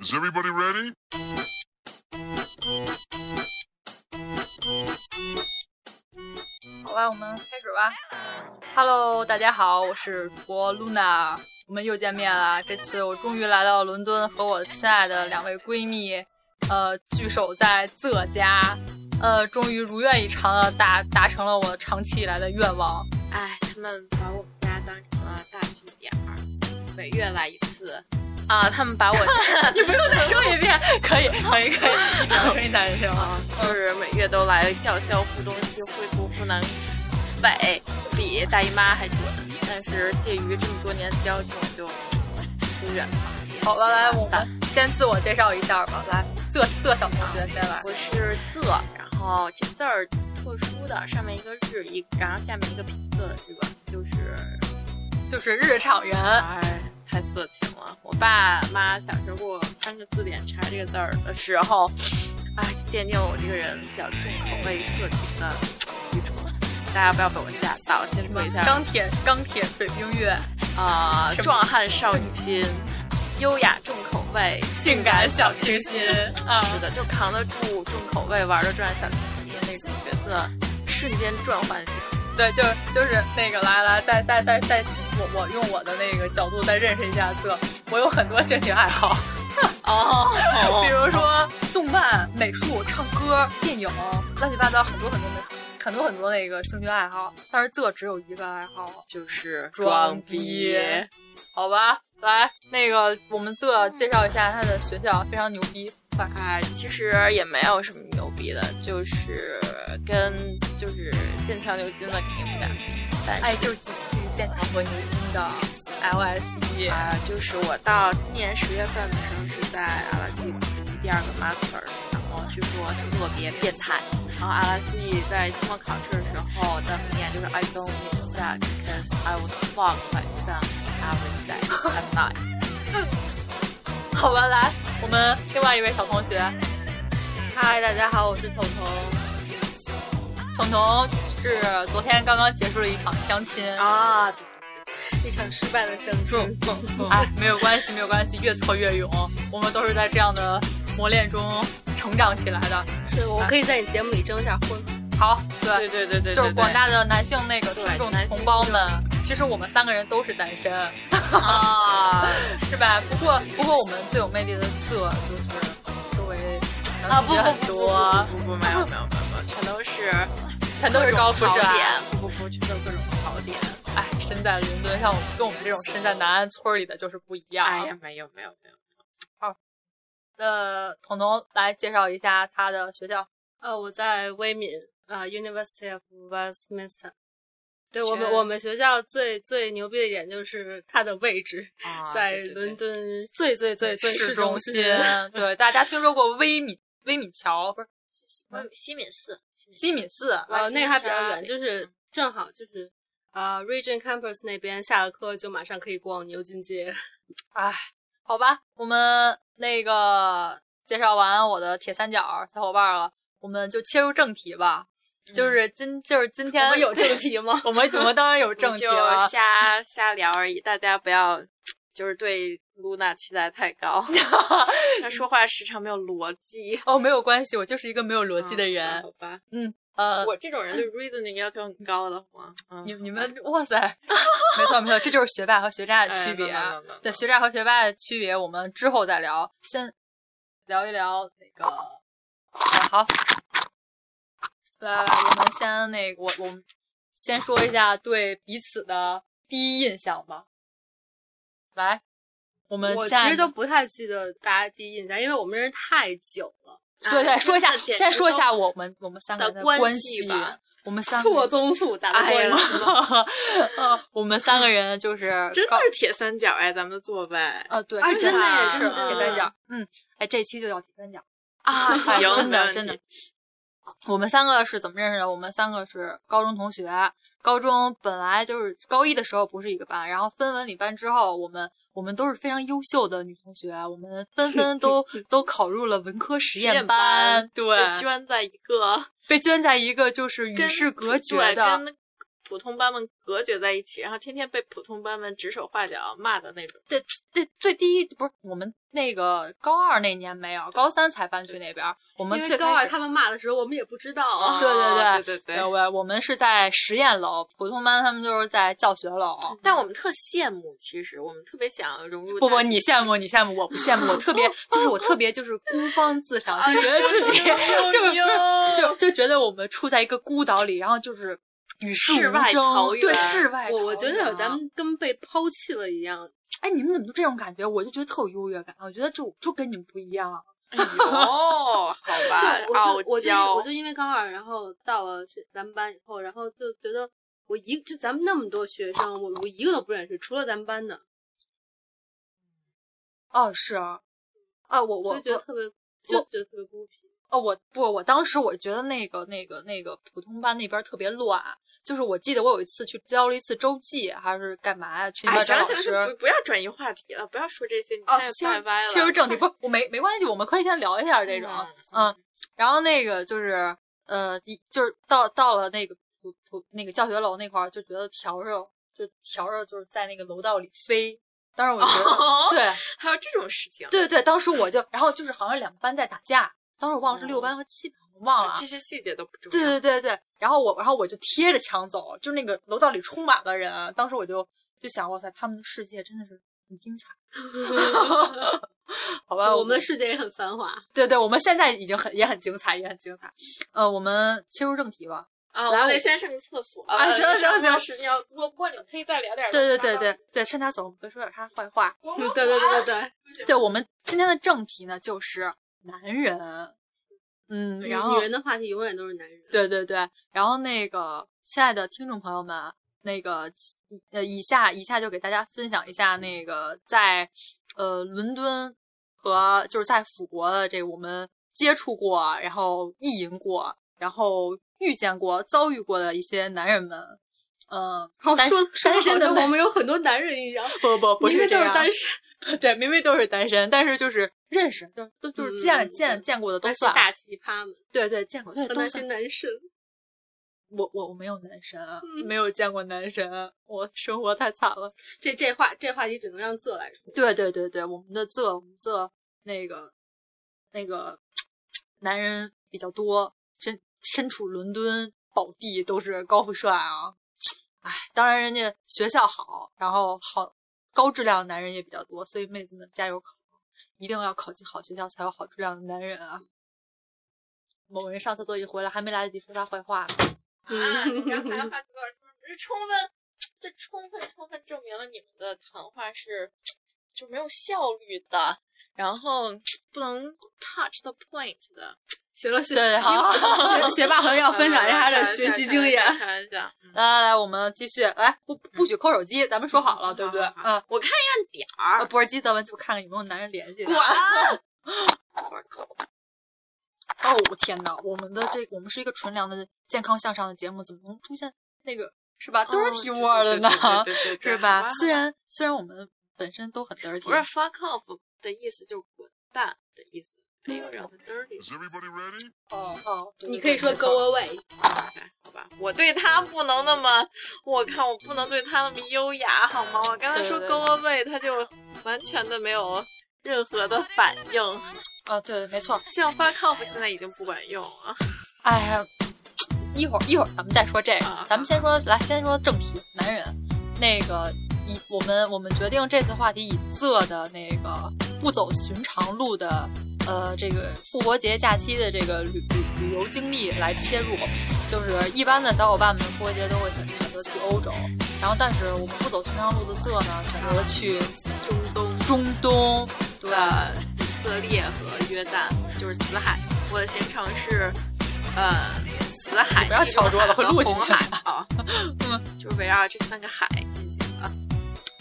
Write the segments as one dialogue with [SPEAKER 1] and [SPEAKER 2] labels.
[SPEAKER 1] Is everybody ready?
[SPEAKER 2] Hello，好吧，我们开始吧。Hello，大家好，我是主播 Luna，我们又见面啦。这次我终于来到伦敦，和我亲爱的两位闺蜜，呃，聚首在浙家，呃，终于如愿以偿的达达成了我长期以来的愿望。
[SPEAKER 3] 哎，他们把我们家当成了大据点儿，每月来一次。啊，他们把我
[SPEAKER 2] 你不用再说一遍，可以，可以，可以，你只要声音大就行了。
[SPEAKER 3] 啊，就是每月都来叫嚣湖东区、惠顾、湖南北，比大姨妈还多。呃但是介于这么多年交情，我就呃就忍了。
[SPEAKER 2] 好吧，来，我们先自我介绍一下吧。来，浙浙小同学先来。
[SPEAKER 3] 我是仄，然后这字儿特殊的，上面一个日，一然后下面一个平仄的日，就是呃
[SPEAKER 2] 就是日常人，
[SPEAKER 3] 哎，太色情了！我爸妈小时候给我翻着字典查这个字儿的时候，哎，就奠定了我这个人比较重口味色情的一种。大家不要被我吓到，先说一下
[SPEAKER 2] 钢铁钢铁水冰月，
[SPEAKER 3] 啊、
[SPEAKER 2] 什么
[SPEAKER 3] 壮汉少女心，优雅重口味，性感小清新。
[SPEAKER 2] 啊
[SPEAKER 3] 是的，就扛得住重口味，玩得转小清新那种角色，瞬间转换型。
[SPEAKER 2] 对，就就是那个来来，再再再再，我我用我的那个角度再认识一下这，我有很多兴趣爱好，
[SPEAKER 3] 哦，
[SPEAKER 2] 比如说动漫、美术、唱歌、电影，乱七八糟很多很多的很多很多那个兴趣爱好，但是这只有一个爱好，
[SPEAKER 3] 就是
[SPEAKER 2] 装逼好吧？来，那个我们这介绍一下他的学校，非常牛逼，快
[SPEAKER 3] 啊，其实也没有什么牛逼的，就是跟就是剑桥牛津的肯定不敢比。但是
[SPEAKER 2] 哎，就是几期剑桥和牛津的 E LSE，
[SPEAKER 3] 啊，就是我到今年十月份的时候是在阿拉斯加第二个 master，然后据说特别变态。然后阿拉斯加在期末考试的时候的名言就是 I don't need sex because I was fucked by exams every day and night。
[SPEAKER 2] 好吧，来，我们另外一位小同学，
[SPEAKER 4] 嗨，大家好，我是彤彤。
[SPEAKER 2] 彤彤是昨天刚刚结束了一场相亲
[SPEAKER 3] 啊，
[SPEAKER 4] 一场失败的相亲，
[SPEAKER 2] 哎，没有关系，没有关系，越挫越勇，我们都是在这样的磨练中成长起来的。
[SPEAKER 4] 是我可以在你节目里征一下婚。
[SPEAKER 2] 好，对，
[SPEAKER 3] 啊对对对对，
[SPEAKER 2] 就是广大的男性那个听
[SPEAKER 3] 对
[SPEAKER 2] 众
[SPEAKER 3] 男性
[SPEAKER 2] 同胞们，其实我们三个人都是单身，
[SPEAKER 3] 啊
[SPEAKER 2] 是吧？不过不过我们最有魅力的色就是周围
[SPEAKER 3] 啊
[SPEAKER 2] 男
[SPEAKER 3] 不
[SPEAKER 2] 同学
[SPEAKER 3] 不
[SPEAKER 2] 很
[SPEAKER 3] 不
[SPEAKER 2] 多，
[SPEAKER 3] 不不不没有没有没有没有，全都是
[SPEAKER 2] 全都是高富帅。
[SPEAKER 3] 不不不，全都是各种槽点。
[SPEAKER 2] 哎，身在伦敦，像我们跟我们这种身在南安村里的就是不一样。
[SPEAKER 3] 哎呀，没有没有没有，
[SPEAKER 2] 呃，彤彤来介绍一下他的学校。
[SPEAKER 4] 呃，我在威敏啊、呃 University of Westminster。对我
[SPEAKER 3] 学
[SPEAKER 4] 们我们学校最最牛逼的一点就是它的位置，
[SPEAKER 3] 啊
[SPEAKER 4] 在
[SPEAKER 3] 对对对
[SPEAKER 4] 伦敦最最最最
[SPEAKER 2] 市
[SPEAKER 4] 中
[SPEAKER 2] 心。对，大家听说过威敏威敏桥不是嗯
[SPEAKER 3] 我西敏寺，
[SPEAKER 2] 西敏寺？
[SPEAKER 4] 呃，那个还比较远，
[SPEAKER 3] Westminster
[SPEAKER 4] 就是正好就是呃 Regent Campus 那边下了课就马上可以逛牛津 街。
[SPEAKER 2] 哎，好吧，我们那个介绍完我的铁三角小伙伴了，我们就切入正题吧。
[SPEAKER 3] 嗯
[SPEAKER 2] 就是今就是今天
[SPEAKER 4] 嗯我们有正，题吗？
[SPEAKER 2] 我们我们当然有正啊
[SPEAKER 3] 我
[SPEAKER 2] 题
[SPEAKER 3] 就
[SPEAKER 2] 了。
[SPEAKER 3] 瞎瞎聊而已，大家不要就是对露娜期待太高，她说话时常没有逻辑。
[SPEAKER 2] 哦，没有关系，我就是一个没有逻辑的
[SPEAKER 4] 嗯
[SPEAKER 3] 啊
[SPEAKER 2] 人。
[SPEAKER 3] 好吧，
[SPEAKER 2] 呃，
[SPEAKER 3] 我这种人对 reasoning 要求很高的慌。嗯
[SPEAKER 2] 你你们哇塞，没错没错，这就是学霸和学渣的
[SPEAKER 3] 哎
[SPEAKER 2] 区别。啊
[SPEAKER 3] 没有没有没有
[SPEAKER 2] 对学渣和学霸的区别，我们之后再聊，先聊一聊那个。哎好，来来，我们先那个，我我们先说一下对彼此的第一印象吧。来， 我们
[SPEAKER 4] 我其
[SPEAKER 2] 下一
[SPEAKER 4] 实都
[SPEAKER 2] 个
[SPEAKER 4] 不太记得大家第一印象，因为我们认识太久了。
[SPEAKER 2] 对对，
[SPEAKER 3] 啊
[SPEAKER 2] 说一下
[SPEAKER 3] 这，简直
[SPEAKER 2] 先说一
[SPEAKER 3] 都
[SPEAKER 2] 下我们我们三个人
[SPEAKER 3] 的
[SPEAKER 2] 关
[SPEAKER 3] 关系吧
[SPEAKER 2] 我 们三个
[SPEAKER 4] 错
[SPEAKER 2] 人，
[SPEAKER 4] 综复杂的
[SPEAKER 3] 哎呀
[SPEAKER 4] 关系。
[SPEAKER 2] 呃， 我们三个人就是
[SPEAKER 3] 真
[SPEAKER 2] 高
[SPEAKER 3] 的是铁三角哎，咱们的座位
[SPEAKER 2] 啊，对，
[SPEAKER 4] 啊
[SPEAKER 2] 还
[SPEAKER 4] 真的
[SPEAKER 2] 也
[SPEAKER 4] 耶
[SPEAKER 2] 是
[SPEAKER 4] 真的
[SPEAKER 2] 铁
[SPEAKER 4] 真
[SPEAKER 2] 三
[SPEAKER 4] 的
[SPEAKER 2] 角。嗯，哎，这期就叫铁三角。
[SPEAKER 3] 啊，
[SPEAKER 2] 哎
[SPEAKER 3] 行，
[SPEAKER 2] 真
[SPEAKER 3] 没
[SPEAKER 2] 的
[SPEAKER 3] 问
[SPEAKER 2] 真的
[SPEAKER 3] 题。。
[SPEAKER 2] 我们三个是怎么认识的？我们三个是高中同学，高中本来就是高一的时候不是一个班，然后分文理班之后，我们我们都是非常优秀的女同学，我们纷纷都都考入了文科实验
[SPEAKER 3] 验班
[SPEAKER 2] 对，
[SPEAKER 3] 被圈在一个
[SPEAKER 2] 被圈在一个就是与
[SPEAKER 3] 跟
[SPEAKER 2] 世隔绝
[SPEAKER 3] 对
[SPEAKER 2] 的，
[SPEAKER 3] 跟普通班们隔绝在一起，然后天天被普通班们指手画脚骂的那种。
[SPEAKER 2] 这最低不是我们那个高二那年没有，高三才搬去那边儿。我们
[SPEAKER 4] 因
[SPEAKER 2] 最
[SPEAKER 4] 为
[SPEAKER 2] 开
[SPEAKER 4] 高二
[SPEAKER 2] 始
[SPEAKER 4] 他们骂的时候，我们也不知道啊。
[SPEAKER 2] 对
[SPEAKER 3] 哦
[SPEAKER 2] 对
[SPEAKER 3] 对对
[SPEAKER 2] 对，呃我我们是在实验楼，普通班他们就是在教学楼。
[SPEAKER 3] 但我们特羡慕，其实我们特别想融入。
[SPEAKER 2] 不不，你羡慕你羡慕，我不羡慕，我特别就是我特别就是孤芳自赏，就觉得自己
[SPEAKER 3] 哎
[SPEAKER 4] 哎
[SPEAKER 2] 就是
[SPEAKER 4] 哦
[SPEAKER 2] 就就觉得我们处在一个孤岛里，然后就是与世
[SPEAKER 3] 世
[SPEAKER 2] 无
[SPEAKER 3] 外
[SPEAKER 2] 争
[SPEAKER 3] 桃
[SPEAKER 2] 对
[SPEAKER 3] 源
[SPEAKER 2] 世外桃
[SPEAKER 4] 我
[SPEAKER 2] 源。啊
[SPEAKER 4] 我觉得那会儿咱们跟被抛弃了一样，
[SPEAKER 2] 哎，你们怎么就这种感觉？我就觉得特有优越感，我觉得就就跟你们不一样。啊
[SPEAKER 3] 哦，哎好
[SPEAKER 4] 就
[SPEAKER 3] 吧，傲
[SPEAKER 4] 我就我就
[SPEAKER 3] 娇，哎
[SPEAKER 4] 我就因为高二，然后到了这咱们班以后，然后就觉得我一就咱们那么多学生，我我一个都不认识，除了咱们班的，
[SPEAKER 2] 哦，是啊，啊，我
[SPEAKER 4] 所
[SPEAKER 2] 我
[SPEAKER 4] 以觉得
[SPEAKER 2] 我
[SPEAKER 4] 特别就觉得特别孤僻。
[SPEAKER 2] 哦，我不，我当时我觉得那个那个那个普通班那边特别乱，就是我记得我有一次去教了一次周记还是干嘛呀，去那
[SPEAKER 3] 哎，
[SPEAKER 2] 边
[SPEAKER 3] 行
[SPEAKER 2] 找
[SPEAKER 3] 了
[SPEAKER 2] 老
[SPEAKER 3] 行了
[SPEAKER 2] 师。
[SPEAKER 3] 行了，不不要转移话题了，不要说这些，你
[SPEAKER 2] 哦
[SPEAKER 3] 太，
[SPEAKER 2] 切
[SPEAKER 3] 太
[SPEAKER 2] 入
[SPEAKER 3] 歪了。
[SPEAKER 2] 切入 正题，不是我没没关系，我们可以先聊一下这种。嗯，然后那个就是呃，一就是到到了那个普普那个教学楼那块儿，就觉得笤帚就笤帚就是在那个楼道里飞，当时我觉得、
[SPEAKER 3] 哦
[SPEAKER 2] 对
[SPEAKER 3] 还有这种事情，
[SPEAKER 2] 对对，当时我就然后就是好像两班在打架，当时我忘了是
[SPEAKER 3] 哦
[SPEAKER 2] 六班和七班，我忘了。啊
[SPEAKER 3] 这些细节都不重要。
[SPEAKER 2] 对对对对，然后我然后我就贴着墙走，就是那个楼道里充满了人，啊当时我就就想，哇塞，他们的世界真的是很精 彩。好吧，
[SPEAKER 4] 我们的世界也很繁华，
[SPEAKER 2] 对对，我们现在已经很也很精彩，也很精彩。呃，我们切入正题吧。
[SPEAKER 3] 啊，我
[SPEAKER 2] 来
[SPEAKER 3] 们
[SPEAKER 2] 我
[SPEAKER 3] 得先上个厕所呃
[SPEAKER 2] 啊行了行了行了
[SPEAKER 3] 是你要不过你们可以再聊点。
[SPEAKER 2] 对对对对，嗯对，趁他走，我们别说点他坏话。
[SPEAKER 3] 咣
[SPEAKER 4] 对
[SPEAKER 3] 咣
[SPEAKER 4] 对对对 对，
[SPEAKER 2] 对我们今天的正题呢，就是男人。嗯，然
[SPEAKER 4] 女
[SPEAKER 2] 后
[SPEAKER 4] 人的话题永远都是男人。
[SPEAKER 2] 对对对，然后那个亲爱的听众朋友们，那个呃，以下以下就给大家分享一下那个在呃伦敦和就是在法国的这个我们接触过，然后意淫过，然后遇见过、遭遇过的一些男人们。嗯，
[SPEAKER 4] 好
[SPEAKER 2] 单
[SPEAKER 4] 说说
[SPEAKER 2] 单身的
[SPEAKER 4] 的好像
[SPEAKER 2] 男
[SPEAKER 4] 我们有很多男 人一样，
[SPEAKER 2] 不不不
[SPEAKER 4] 明明
[SPEAKER 2] 这
[SPEAKER 4] 都
[SPEAKER 2] 样
[SPEAKER 4] 是，单身，
[SPEAKER 2] 对，明明都是单身，但是就是认识，就都就是见、
[SPEAKER 4] 嗯
[SPEAKER 2] 见见过的都
[SPEAKER 4] 但是
[SPEAKER 2] 算，
[SPEAKER 4] 大奇葩们，
[SPEAKER 2] 对对，见过对
[SPEAKER 4] 和
[SPEAKER 2] 都
[SPEAKER 4] 那
[SPEAKER 2] 算
[SPEAKER 4] 些。男生。
[SPEAKER 2] 我我我没有男神，啊没有见过男神，啊我生活太惨了。
[SPEAKER 4] 这这话这话题只能让自来说。
[SPEAKER 2] 对对对对，我们的这我们这那个那个男人比较多，身身处伦敦宝地都是高富帅啊。唉，当然人家学校好，然后好高质量的男人也比较多，所以妹子们加油考，一定要考进好学校才有好质量的男人啊。某人上厕所一回来，还没来得及说他坏话呢。
[SPEAKER 3] 啊，你 刚才话多少？这充分，这充分充分证明了你们的谈话是就没有效率的，然后不能 touch the point 的。
[SPEAKER 4] 行了，学
[SPEAKER 2] 对好
[SPEAKER 4] 学 学霸朋友要分享一下他
[SPEAKER 3] 嗯开玩
[SPEAKER 4] 的
[SPEAKER 3] 笑
[SPEAKER 4] 学习经验。
[SPEAKER 3] 开玩笑，嗯
[SPEAKER 2] 来来来，我们继续来，不不许抠手机，咱们说好了，对不对？
[SPEAKER 3] 好好
[SPEAKER 2] 嗯，
[SPEAKER 3] 我看一下点
[SPEAKER 2] 啊，
[SPEAKER 3] 儿，
[SPEAKER 2] 不是鸡咱们就看看有没有男人联系。
[SPEAKER 3] 滚！
[SPEAKER 2] 啊 哦，我天哪，我们的这我们是一个纯良的、健康向上的节目，怎么能出现那个啊是吧？dirty word 呢？
[SPEAKER 3] 嗯对对对对对 对
[SPEAKER 2] 是
[SPEAKER 3] 好
[SPEAKER 2] 吧？虽
[SPEAKER 3] 好
[SPEAKER 2] 然虽然我们本身都很
[SPEAKER 3] 不是
[SPEAKER 2] dirty，
[SPEAKER 3] fuck off 的意思就是滚蛋的意思，没有让他 dirty。
[SPEAKER 1] Is everybody ready?
[SPEAKER 2] 哦哦，对
[SPEAKER 4] 你可以说
[SPEAKER 2] 没
[SPEAKER 4] go
[SPEAKER 2] 错
[SPEAKER 4] away，
[SPEAKER 3] 好吧，我对他不能那么，我看我不能对他那么优雅，好吗？我刚才说
[SPEAKER 2] 对对对
[SPEAKER 3] go away，他就完全的没有任何的反应。
[SPEAKER 2] 啊，对，没错。
[SPEAKER 3] 像 fuck off 现在已经不管用了。
[SPEAKER 2] 哎呀，一会儿一会儿咱们再说这个
[SPEAKER 3] 啊，
[SPEAKER 2] 咱们先说来，先说正题，男人。那个以我们我们决定这次话题以这的那个不走寻常路的，呃，这个复活节假期的这个旅旅旅游经历来切入。就是一般的小伙伴们复活节都会选选择去欧洲，然后但是我们不走寻常路的这呢，选择了去
[SPEAKER 3] 中东
[SPEAKER 2] 中东。对
[SPEAKER 3] 的以色列和约旦就是死海，我的行程是，呃，死海、
[SPEAKER 2] 你不要敲桌子
[SPEAKER 3] 地
[SPEAKER 2] 会录进
[SPEAKER 3] 中海和红
[SPEAKER 2] 去
[SPEAKER 3] 海啊， 嗯，就围绕这三个海进行的。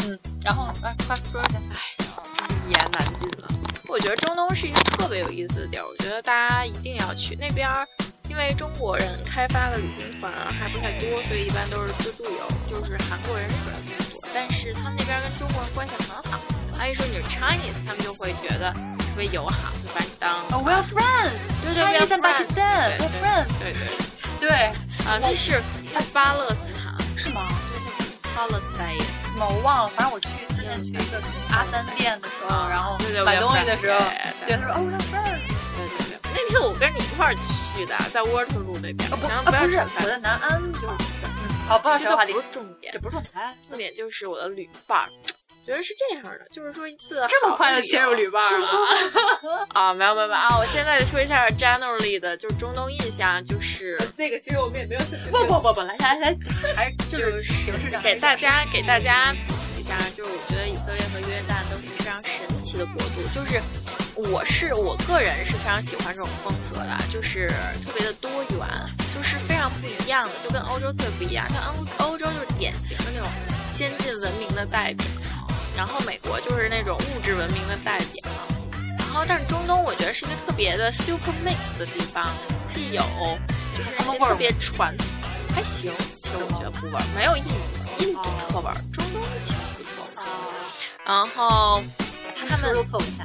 [SPEAKER 2] 嗯，然后来快说一下，
[SPEAKER 3] 一言难尽了。我觉得中东是一个特别有意思的地儿，我觉得大家一定要去那边儿，因为中国人开发的旅行团啊还不太多，所以一般都是自助游，就是韩国人、日本人居多。但是他们那边儿跟中国人关系很好，他一说你是 Chinese，他们就会觉得特别友好，就把你当
[SPEAKER 2] we are friends，
[SPEAKER 3] 对对
[SPEAKER 2] 哦 Chinese and
[SPEAKER 3] we are friends，
[SPEAKER 2] Pakistan，
[SPEAKER 3] 对
[SPEAKER 2] we're friends。
[SPEAKER 3] 对对对
[SPEAKER 2] 对，
[SPEAKER 3] 啊，但是在巴勒斯坦是 Palestine，
[SPEAKER 2] 我忘了，反正我去之前去一个阿三店的时
[SPEAKER 3] 啊
[SPEAKER 2] 候，然后买东西的时候，对
[SPEAKER 3] 对
[SPEAKER 2] 他说哦，我要 friends，
[SPEAKER 3] 对对，那天我跟你一块儿去的，在沃特路那边，
[SPEAKER 2] 啊不
[SPEAKER 3] 然
[SPEAKER 2] 啊
[SPEAKER 3] 后不要
[SPEAKER 2] 不是，
[SPEAKER 3] 扯
[SPEAKER 2] 我在南安就是，嗯，好，不好意
[SPEAKER 3] 这
[SPEAKER 2] 思，
[SPEAKER 3] 个
[SPEAKER 2] 话题
[SPEAKER 3] 不是重点，
[SPEAKER 2] 不是重点，
[SPEAKER 3] 重点就是我的旅伴儿，觉得是这样的，就是说一次
[SPEAKER 2] 这么快
[SPEAKER 3] 好
[SPEAKER 2] 就
[SPEAKER 3] 的
[SPEAKER 2] 切入
[SPEAKER 3] 旅
[SPEAKER 2] 旅
[SPEAKER 3] 游
[SPEAKER 2] 伴儿了，
[SPEAKER 3] 啊，没有没有没有啊，我现在就说一下 generally 的，就是中东印象，就是
[SPEAKER 4] 那个其实我们也没有特别
[SPEAKER 3] 不不不不，来来来，
[SPEAKER 2] 还哎是
[SPEAKER 3] 就
[SPEAKER 2] 这个形式上
[SPEAKER 3] 给大家给大家普及一下，就是我觉得以色列和约旦都是非常神奇的国度，就是我是我个人是非常喜欢这种风格的，就是特别的多元，就是非常不一样的，就跟欧洲特别不一样。像欧欧洲就是典型的那种先进文明的代表，然后美国就是那种物质文明的代表。然后，但是中东我觉得是一个特别的 super mix 的地方，既有就是那些特别传统，还行，其实我觉得不味儿，没有印度印度特味儿，中东其实不特味儿。
[SPEAKER 4] 啊，
[SPEAKER 3] 然后他
[SPEAKER 4] 说
[SPEAKER 3] 们
[SPEAKER 4] 出口才。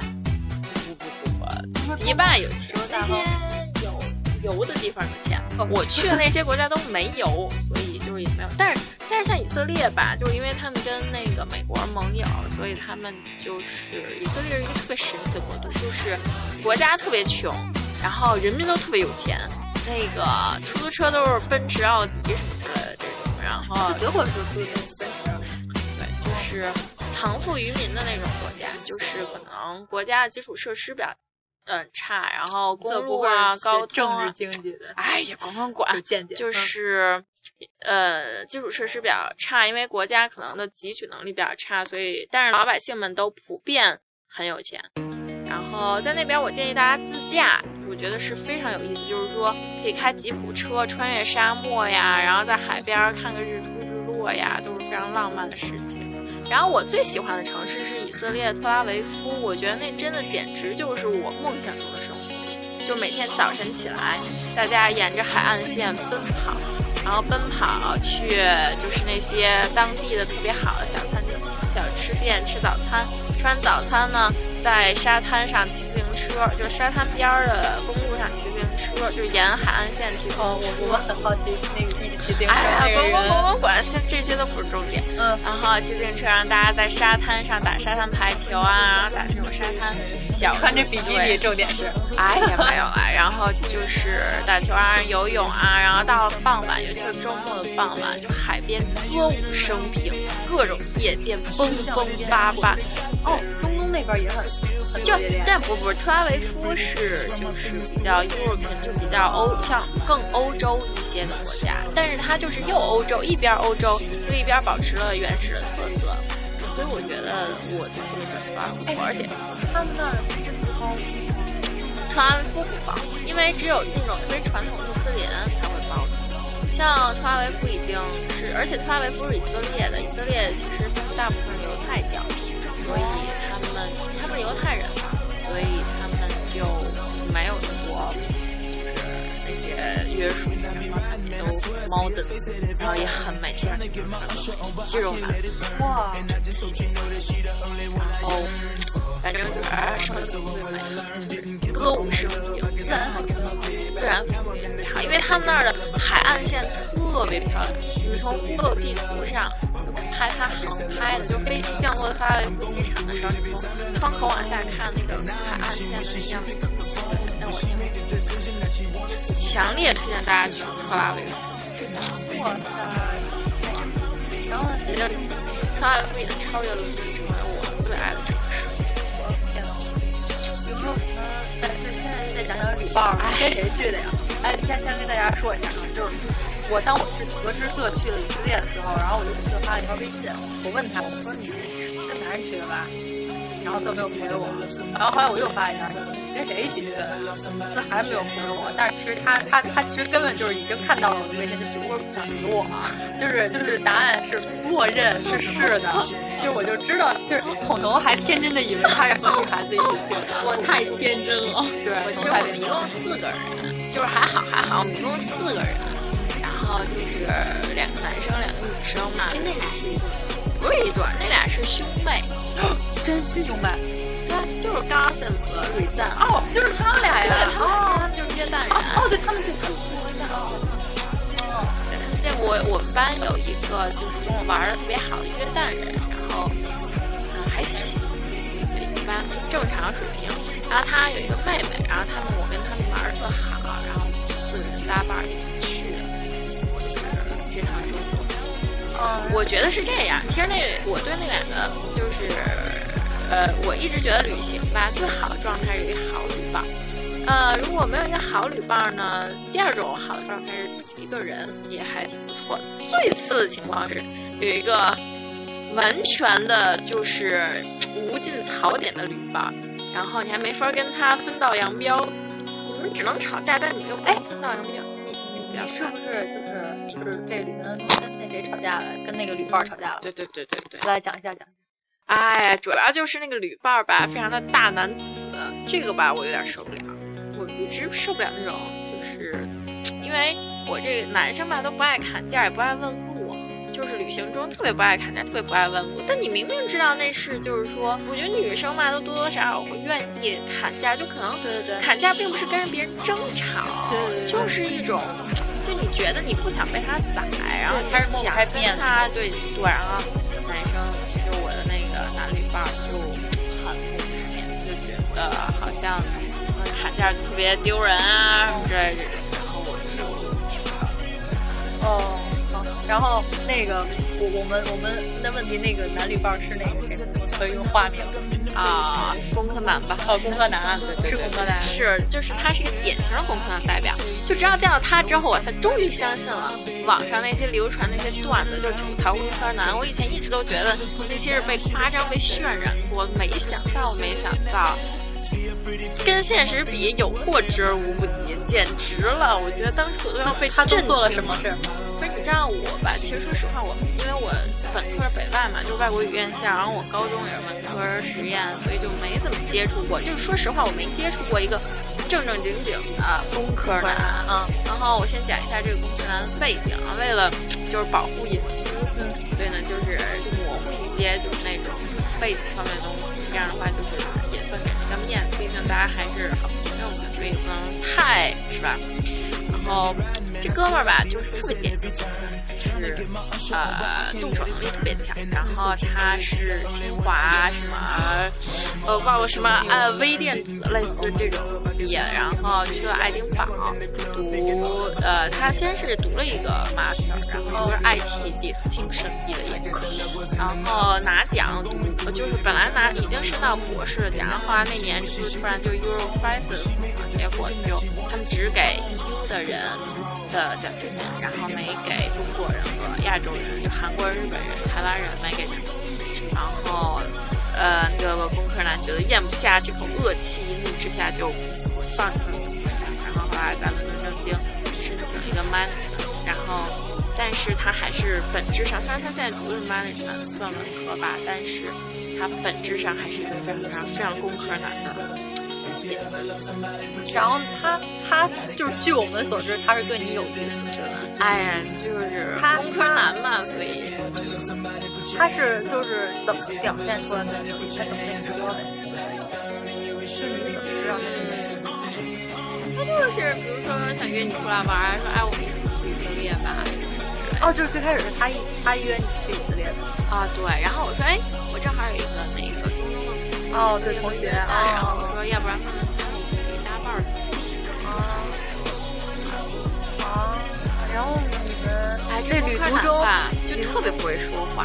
[SPEAKER 3] 不不不不，迪拜有钱，那些有油的地方有钱。我去的那些国家都没油，所以就是也没有。但是但是像以色列吧，就是因为他们跟那个美国盟友，所以他们就是以色列是一个特别神奇的国度，就是国家特别穷，然后人民都特别有钱。那个出租车都是奔驰、奥迪什么之类的这种，然后
[SPEAKER 4] 德国说出的奔驰，
[SPEAKER 3] 对，就是藏富于民的那种国家，就是可能国家的基础设施比较嗯差，然后公
[SPEAKER 4] 这不
[SPEAKER 3] 路
[SPEAKER 4] 会
[SPEAKER 3] 啊、
[SPEAKER 4] 是
[SPEAKER 3] 高通
[SPEAKER 4] 政
[SPEAKER 3] 啊
[SPEAKER 4] 治，经济的
[SPEAKER 3] 哎呀，管管管
[SPEAKER 4] 有，见解，嗯
[SPEAKER 3] 就是呃基础设施比较差，因为国家可能的汲取能力比较差，所以但是老百姓们都普遍很有钱。然后在那边，我建议大家自驾，我觉得是非常有意思，就是说可以开吉普车穿越沙漠呀，然后在海边儿看个日出日落呀，都是非常浪漫的事情。然后我最喜欢的城市是以色列特拉维夫，我觉得那真的简直就是我梦想中的生活，就每天早晨起来，大家沿着海岸线奔跑，然后奔跑去就是那些当地的特别好的小餐小吃店吃早餐，吃完早餐呢，在沙滩上骑自行车，就是沙滩边儿的公路上骑自行车，就是沿海岸线骑自行车。
[SPEAKER 2] 哦，我我们很好奇那个一起骑自行车
[SPEAKER 3] 哎
[SPEAKER 2] 那
[SPEAKER 3] 呀，
[SPEAKER 2] 个
[SPEAKER 3] 甭管甭
[SPEAKER 2] 人，
[SPEAKER 3] 甭管，现这些都不是重点。
[SPEAKER 2] 嗯，
[SPEAKER 3] 然后骑自行车让大家在沙滩上打沙滩排球啊，然后打这种沙滩小
[SPEAKER 2] 穿着比基尼，重点是，
[SPEAKER 3] 哎也没有了。 然后就是打球啊、游泳啊，然后到傍晚，尤其是周末的傍晚，就海边歌舞升平，各种夜店蹦蹦
[SPEAKER 2] 嗯
[SPEAKER 3] 巴巴。
[SPEAKER 2] 哦，中东那边也很很
[SPEAKER 3] 就
[SPEAKER 2] 热烈
[SPEAKER 3] 但不不，特拉维夫是就是比较 European，就比较欧像更欧洲一些的国家，但是它就是又欧洲，一边欧洲又一边保持了原始的特色，所以我觉得我我想特拉维夫，而且
[SPEAKER 2] 他们那儿高，
[SPEAKER 3] 特拉维夫不包，因为只有那种特别传统穆斯林才会包。像特拉维夫已经是，而且特拉维夫是以色列的，以色列其实大部分是犹太教，所以他们他们犹太人嘛，所以他们就没有说就是那些约束，然后他们都 modern，然后也很美，听上去就很有肌肉感。
[SPEAKER 2] 哇，
[SPEAKER 3] 然后反正就是什么都会买，歌舞是不行，自然风景，自然风景特别好，因为他们那儿的海岸线特别漂亮，你从 Google 地图上拍它航拍的，就飞机降落在机场的时候，你从窗口往下看那个海岸线的样子，但我强烈推荐大家去特拉维夫。
[SPEAKER 2] 哇塞，然后呢
[SPEAKER 3] 也就是它为了超越伦敦，成为我最爱的城市。
[SPEAKER 2] 有没有什么？哎，对，现在再讲讲旅伴 儿，跟谁去的呀？哎，先先跟大家说一下啊，就是我当我是得知各去了以色列的时候，然后我就给他发了一条微信，我问他，我说你是跟男人去的吧？然后他没有回我，然后后来我又发一条，你跟谁一起去的？这还没有回我，但是其实他他他其实根本就是已经看到了我的微信，就只不过不想理我，就是就是答案是默认是是的，就我就知道，就是孔彤还天真的以为他是和女孩子一起去的，
[SPEAKER 4] 我太天真了。
[SPEAKER 2] 对，我
[SPEAKER 3] 其实我们一共四个人，就是还好还好，我们一共四个人，然后就是两个男生，两个女生嘛。
[SPEAKER 4] 那俩是哦
[SPEAKER 3] 不是一
[SPEAKER 4] 一个，
[SPEAKER 3] 对儿，那俩是兄妹，
[SPEAKER 2] 真亲兄妹
[SPEAKER 3] 对，就是 Gossip 和 r e z a n
[SPEAKER 2] 哦，就是他们俩呀，
[SPEAKER 3] 哦，他们就是约旦人，
[SPEAKER 2] 哦，对，他们对，他们
[SPEAKER 3] 对，他们见过我们班有一个就是跟我玩的特别好的约旦人，然后嗯还行，就一般就正常水平。然后他有一个妹妹，然后他们我跟他们玩的特好，然后就是搭伴儿一起去，就是这趟中国。嗯，我觉得是这样。其实那我对那两个就是，呃，我一直觉得旅行吧，最好的状态是一个好旅伴。呃，如果没有一个好旅伴呢，第二种好的状态是自己一个人也还挺不错的。最次的情况是有一个完全的就是无尽槽点的旅伴，然后你还没法跟他分道扬镳，你们只能吵架，但你们又不能分道扬镳。
[SPEAKER 2] 你你你是不是就是就是这旅行跟那谁吵架了，跟那个旅伴儿吵架了？
[SPEAKER 3] 对对对对对。
[SPEAKER 2] 来讲一下，讲一下。
[SPEAKER 3] 哎，主要就是那个旅伴儿吧，非常的大男子，这个吧我有点受不了。我一直受不了那种，就是因为我这个男生吧都不爱砍价，也不爱问路，就是旅行中特别不爱砍价，特别不爱问路。但你明明知道那是，就是说，我觉得女生嘛都多多少少会愿意砍价，就可能
[SPEAKER 4] 对对对，
[SPEAKER 3] 嗯砍价并不是跟别人争吵，
[SPEAKER 4] 对对对，
[SPEAKER 3] 就是一种，就你觉得你不想被他宰，然后
[SPEAKER 2] 对开
[SPEAKER 3] 你
[SPEAKER 2] 始抹不
[SPEAKER 3] 想
[SPEAKER 2] 开
[SPEAKER 3] 跟
[SPEAKER 2] 面子
[SPEAKER 3] 他对对，然后男生就我的那个男旅伴儿就很不开面子，就觉得好像嗯砍价特别丢人啊什么之类的，然后我就挺好的
[SPEAKER 2] 哦。然后那个，我我们我们那问题那个男旅伴儿是那个谁？可以用化名
[SPEAKER 3] 啊，工科男吧。
[SPEAKER 2] 哦，工科男
[SPEAKER 3] 对
[SPEAKER 2] 是
[SPEAKER 3] 对
[SPEAKER 2] 工科
[SPEAKER 3] 对
[SPEAKER 2] 男，
[SPEAKER 3] 是，就是他是一个典型的工科男代表。就直到见到他之后，我才终于相信了网上那些流传那些段子，就是吐槽工科男。我以前一直都觉得那些是被夸张、被渲染过，没想到，没想到，跟现实比有过之而无不及，简直了！我觉得当时我都要被
[SPEAKER 2] 他都
[SPEAKER 3] 震
[SPEAKER 2] 做了
[SPEAKER 3] 惊
[SPEAKER 2] 什么事儿？
[SPEAKER 3] 不是你知道我吧？其实说实话，我因为我本科是北外嘛，就外国语院校，然后我高中也是文科实验，所以就没怎么接触过。就是说实话，我没接触过一个正正经经的工科男啊。然后我先讲一下这个工科男的背景，啊，为了就是保护隐私，所以呢就是就模糊一些就是那种背景方面的东西。这样的话就是也算给人家面子，毕竟大家还是好朋友嘛，所以不能太是吧？然后这哥们儿吧，就是特别典型，就是呃动手能力特别强。然后他是清华什么呃忘了什么呃微电子类似这种毕业，然后去了爱丁堡读呃他先是读了一个 master，然后是 IT distinction 毕业的一个然后拿奖，呃就是本来拿已经升到博士了奖，然后后来那年就是突然就 Euro crisis，结果就他们只给 EU 的人的奖学金，然后没给中国人和亚洲人，就韩国人、日本人、台湾人没给他们。然后，呃，那个工科男觉得咽不下这口恶气，一怒之下就放弃了工科男，然后后来在伦敦政经申请了一个 master，然后但是他还是本质上，虽然他现在读的是 management 算文科吧，但是他本质上还是一个非常非常非常工科男的。
[SPEAKER 2] 然后他他就是据我们所知，他是对你有意思的，
[SPEAKER 3] 哎呀，就是
[SPEAKER 2] 他
[SPEAKER 3] 工科男嘛，所以
[SPEAKER 2] 他是就是怎么表现出来的？你他怎么跟你说的？就是你怎么知道他是那个？
[SPEAKER 3] 他就是比如说想约你出来玩儿，说哎我们一起去以色列吧，
[SPEAKER 2] 哦，就是最开始是他一他约你去以色列的。
[SPEAKER 3] 啊，对，然后我说，哎，我正好有一个那个初中的
[SPEAKER 2] 哦对同学
[SPEAKER 3] 啊，
[SPEAKER 2] 哦
[SPEAKER 3] 然后我说，要不然问问他你可以搭伴儿。
[SPEAKER 2] 啊，然后你们
[SPEAKER 3] 哎，
[SPEAKER 2] 这
[SPEAKER 3] 旅
[SPEAKER 2] 旅
[SPEAKER 3] 途
[SPEAKER 2] 途中
[SPEAKER 3] 吧，就
[SPEAKER 2] 嗯
[SPEAKER 3] 特别不会说话，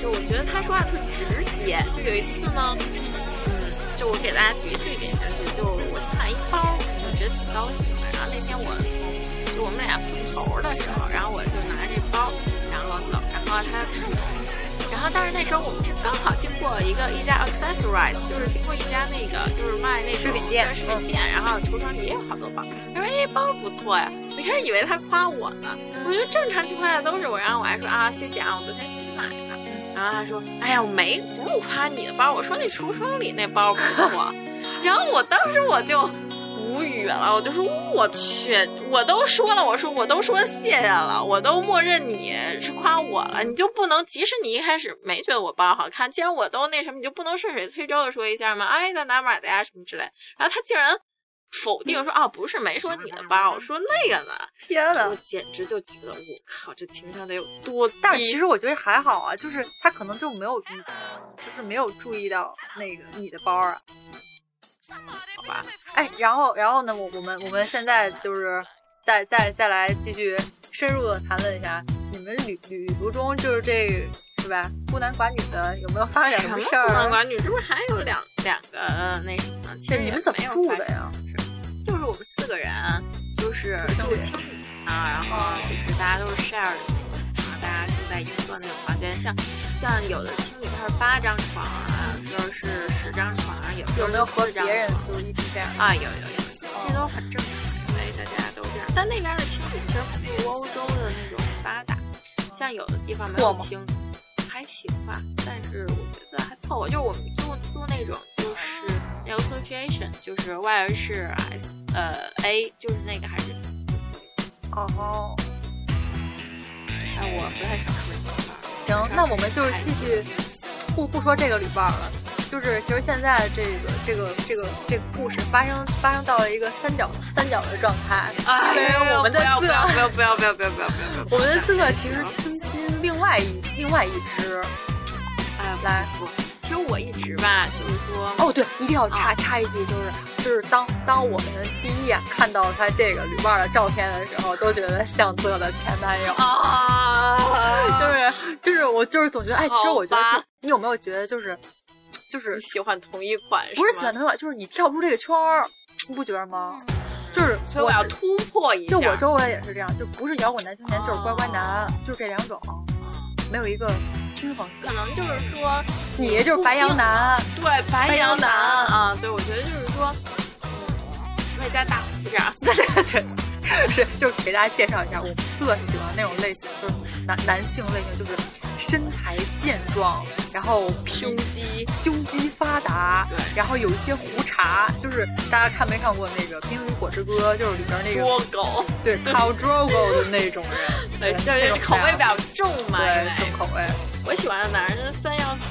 [SPEAKER 3] 就我觉得他说话特直接。就有一次呢，嗯，就我给大家举一个最典型的例子，就我新买一包，我觉得挺高兴的。然后那天我从就我们俩碰头的时候，然后我就拿着这包，然后走，然后他看着我。然后，但是那时候我们是刚好经过一个一家 accessorize，就是经过一家那个就是卖那种
[SPEAKER 2] 饰品店嗯
[SPEAKER 3] 对饰品店，然后橱窗里也有好多包。他说：“哎，包不错呀。”我一开始以为他夸我呢，我觉得正常情况下都是我，然后我还说啊谢谢啊，我昨天新买的。然后他说，哎呀，我没不用夸你的包，我说那橱窗里那包不错。然后我当时我就无语了，我就说我去，我都说了，我说我都说谢谢了，我都默认你是夸我了，你就不能，即使你一开始没觉得我包好看，既然我都那什么，你就不能顺水推舟的说一下吗？哎，在哪买的呀，什么之类。然后他竟然否定说啊，不是没说你的吧，我说那个呢，
[SPEAKER 1] 天呐
[SPEAKER 3] 我！简直就觉得我靠，这情商得有多低。
[SPEAKER 1] 但是其实我觉得还好啊，就是他可能就没有，就是没有注意到那个你的包啊。
[SPEAKER 3] 好吧，
[SPEAKER 1] 哎，然后然后呢，我我们我们现在就是再再再来继续深入的谈论一下，你们旅旅途中就是这是吧，孤男寡女的有没有发生点
[SPEAKER 3] 什么
[SPEAKER 1] 么事儿
[SPEAKER 3] 孤男
[SPEAKER 1] 啊？
[SPEAKER 3] 寡女，这不是还有两两个呃那什么？其
[SPEAKER 1] 这
[SPEAKER 3] 实
[SPEAKER 1] 你
[SPEAKER 3] 也
[SPEAKER 1] 们怎
[SPEAKER 3] 没
[SPEAKER 1] 么
[SPEAKER 3] 有
[SPEAKER 1] 住
[SPEAKER 3] 发
[SPEAKER 1] 的
[SPEAKER 3] 生？
[SPEAKER 1] 呀？
[SPEAKER 3] 就是我们四个人，就是
[SPEAKER 1] 青
[SPEAKER 3] 住
[SPEAKER 1] 旅
[SPEAKER 3] 青旅啊，然后就是大家都是 share 的那种，啊，大家住在一个那种房间，像像有的青旅它是八张床啊，就是十张床啊，有
[SPEAKER 1] 有
[SPEAKER 3] 的
[SPEAKER 1] 没有
[SPEAKER 3] 是
[SPEAKER 1] 和
[SPEAKER 3] 四
[SPEAKER 1] 别
[SPEAKER 3] 张
[SPEAKER 1] 人
[SPEAKER 3] 床
[SPEAKER 1] 就一直这样？
[SPEAKER 3] 啊，有有有，这都很正常，因为大家都这样。但那边的青旅其实不如欧洲的那种发达，像有的地方没
[SPEAKER 1] 过
[SPEAKER 3] 有
[SPEAKER 1] 吗
[SPEAKER 3] 青旅，还行吧，但是我觉得还凑合。就是我们住住那种就是那个 association，就是外人是 S 呃 A，就是那个还是，
[SPEAKER 1] 哦，
[SPEAKER 3] 但我不太想说这个吧。
[SPEAKER 1] 行，那我们就是继续不不说这个旅伴儿了，就是其实现在这个这个这个这个故事发生发生到了一个三角三角的状态，
[SPEAKER 3] 哎
[SPEAKER 1] 所以
[SPEAKER 3] 呦，
[SPEAKER 1] 我们的
[SPEAKER 3] 不要
[SPEAKER 1] 自
[SPEAKER 3] 不要不要不要不要不要不要不要！
[SPEAKER 1] 我们的自个其实亲亲另外一另外一只。
[SPEAKER 3] 哎不
[SPEAKER 1] 来
[SPEAKER 3] 不，其实我一直吧，就是说
[SPEAKER 1] 哦，对，一定要插插一句，就是就是当当我们第一眼看到他这个旅伴的照片的时候，都觉得像自个的前男友。
[SPEAKER 3] 啊，
[SPEAKER 1] 就是就是我就是总觉得哎，其实我觉得
[SPEAKER 3] 好
[SPEAKER 1] 就你有没有觉得就是就是
[SPEAKER 3] 你喜欢同一款，
[SPEAKER 1] 不是
[SPEAKER 3] 吗
[SPEAKER 1] 喜欢他友，就是你跳不出这个圈儿，你不觉得吗？就是
[SPEAKER 3] 嗯所以我要突破一下。
[SPEAKER 1] 就我周围也是这样，就不是摇滚男青年就是乖乖男，
[SPEAKER 3] 哦
[SPEAKER 1] 就是这两种，没有一个新风格。
[SPEAKER 3] 可能就是说，
[SPEAKER 1] 你就是白羊 男，
[SPEAKER 3] 对白
[SPEAKER 1] 羊
[SPEAKER 3] 羊
[SPEAKER 1] 男
[SPEAKER 3] 男啊，对我觉得就是说，嗯，外加大胡子 啊，
[SPEAKER 1] 是就是给大家介绍一下，我特喜欢那种类型，就是男男性类型，就是身材健壮，然后皮
[SPEAKER 3] 胸 肌，
[SPEAKER 1] 胸肌发达，
[SPEAKER 3] 嗯对
[SPEAKER 1] 然后有一些胡茬，就是大家看没看过那个《冰与火之歌》，就是里边那个
[SPEAKER 3] 多狗，
[SPEAKER 1] 对 Khal Drogo 的那种人，
[SPEAKER 3] 对，就
[SPEAKER 1] 那
[SPEAKER 3] 是
[SPEAKER 1] 种
[SPEAKER 3] 口味比
[SPEAKER 1] style
[SPEAKER 3] 较啊重嘛。因为
[SPEAKER 1] 对重口味，
[SPEAKER 3] 我喜欢的男人的三要素，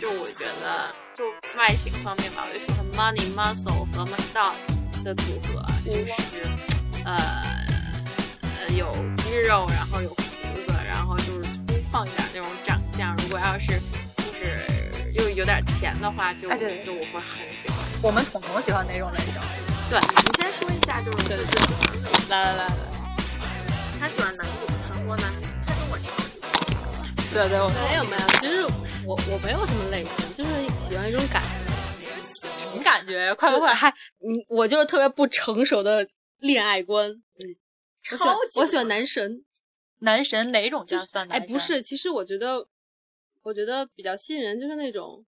[SPEAKER 3] 就我觉得就外形方面吧，我就喜欢 money muscle 和 mustache 的组合，就是呃呃有肌肉，然后有胡子，然后就是粗犷一点那种长相。如果要是就是又有点钱的话，
[SPEAKER 2] 啊
[SPEAKER 3] 就、
[SPEAKER 1] 哎对
[SPEAKER 3] 就我会很喜欢。
[SPEAKER 1] 我们统统喜欢哪种类型？
[SPEAKER 3] 对你先说一下，就是最最喜欢的，
[SPEAKER 2] 来来来来，
[SPEAKER 3] 他喜欢男主，韩国男主，他跟我差不多。
[SPEAKER 2] 对对，我
[SPEAKER 4] 没有没有，其实我我没有什么类型，就是喜欢一种感觉，
[SPEAKER 2] 什么感觉？快快
[SPEAKER 4] 就
[SPEAKER 2] 快！
[SPEAKER 4] 还你我就是特别不成熟的恋爱观。嗯，我喜欢
[SPEAKER 3] 超级
[SPEAKER 4] 我喜欢男神，
[SPEAKER 2] 男神哪种
[SPEAKER 4] 就
[SPEAKER 2] 叫
[SPEAKER 4] 是
[SPEAKER 2] 算
[SPEAKER 4] 哎
[SPEAKER 2] 男神？
[SPEAKER 4] 不是，其实我觉得我觉得比较吸引人就是那种。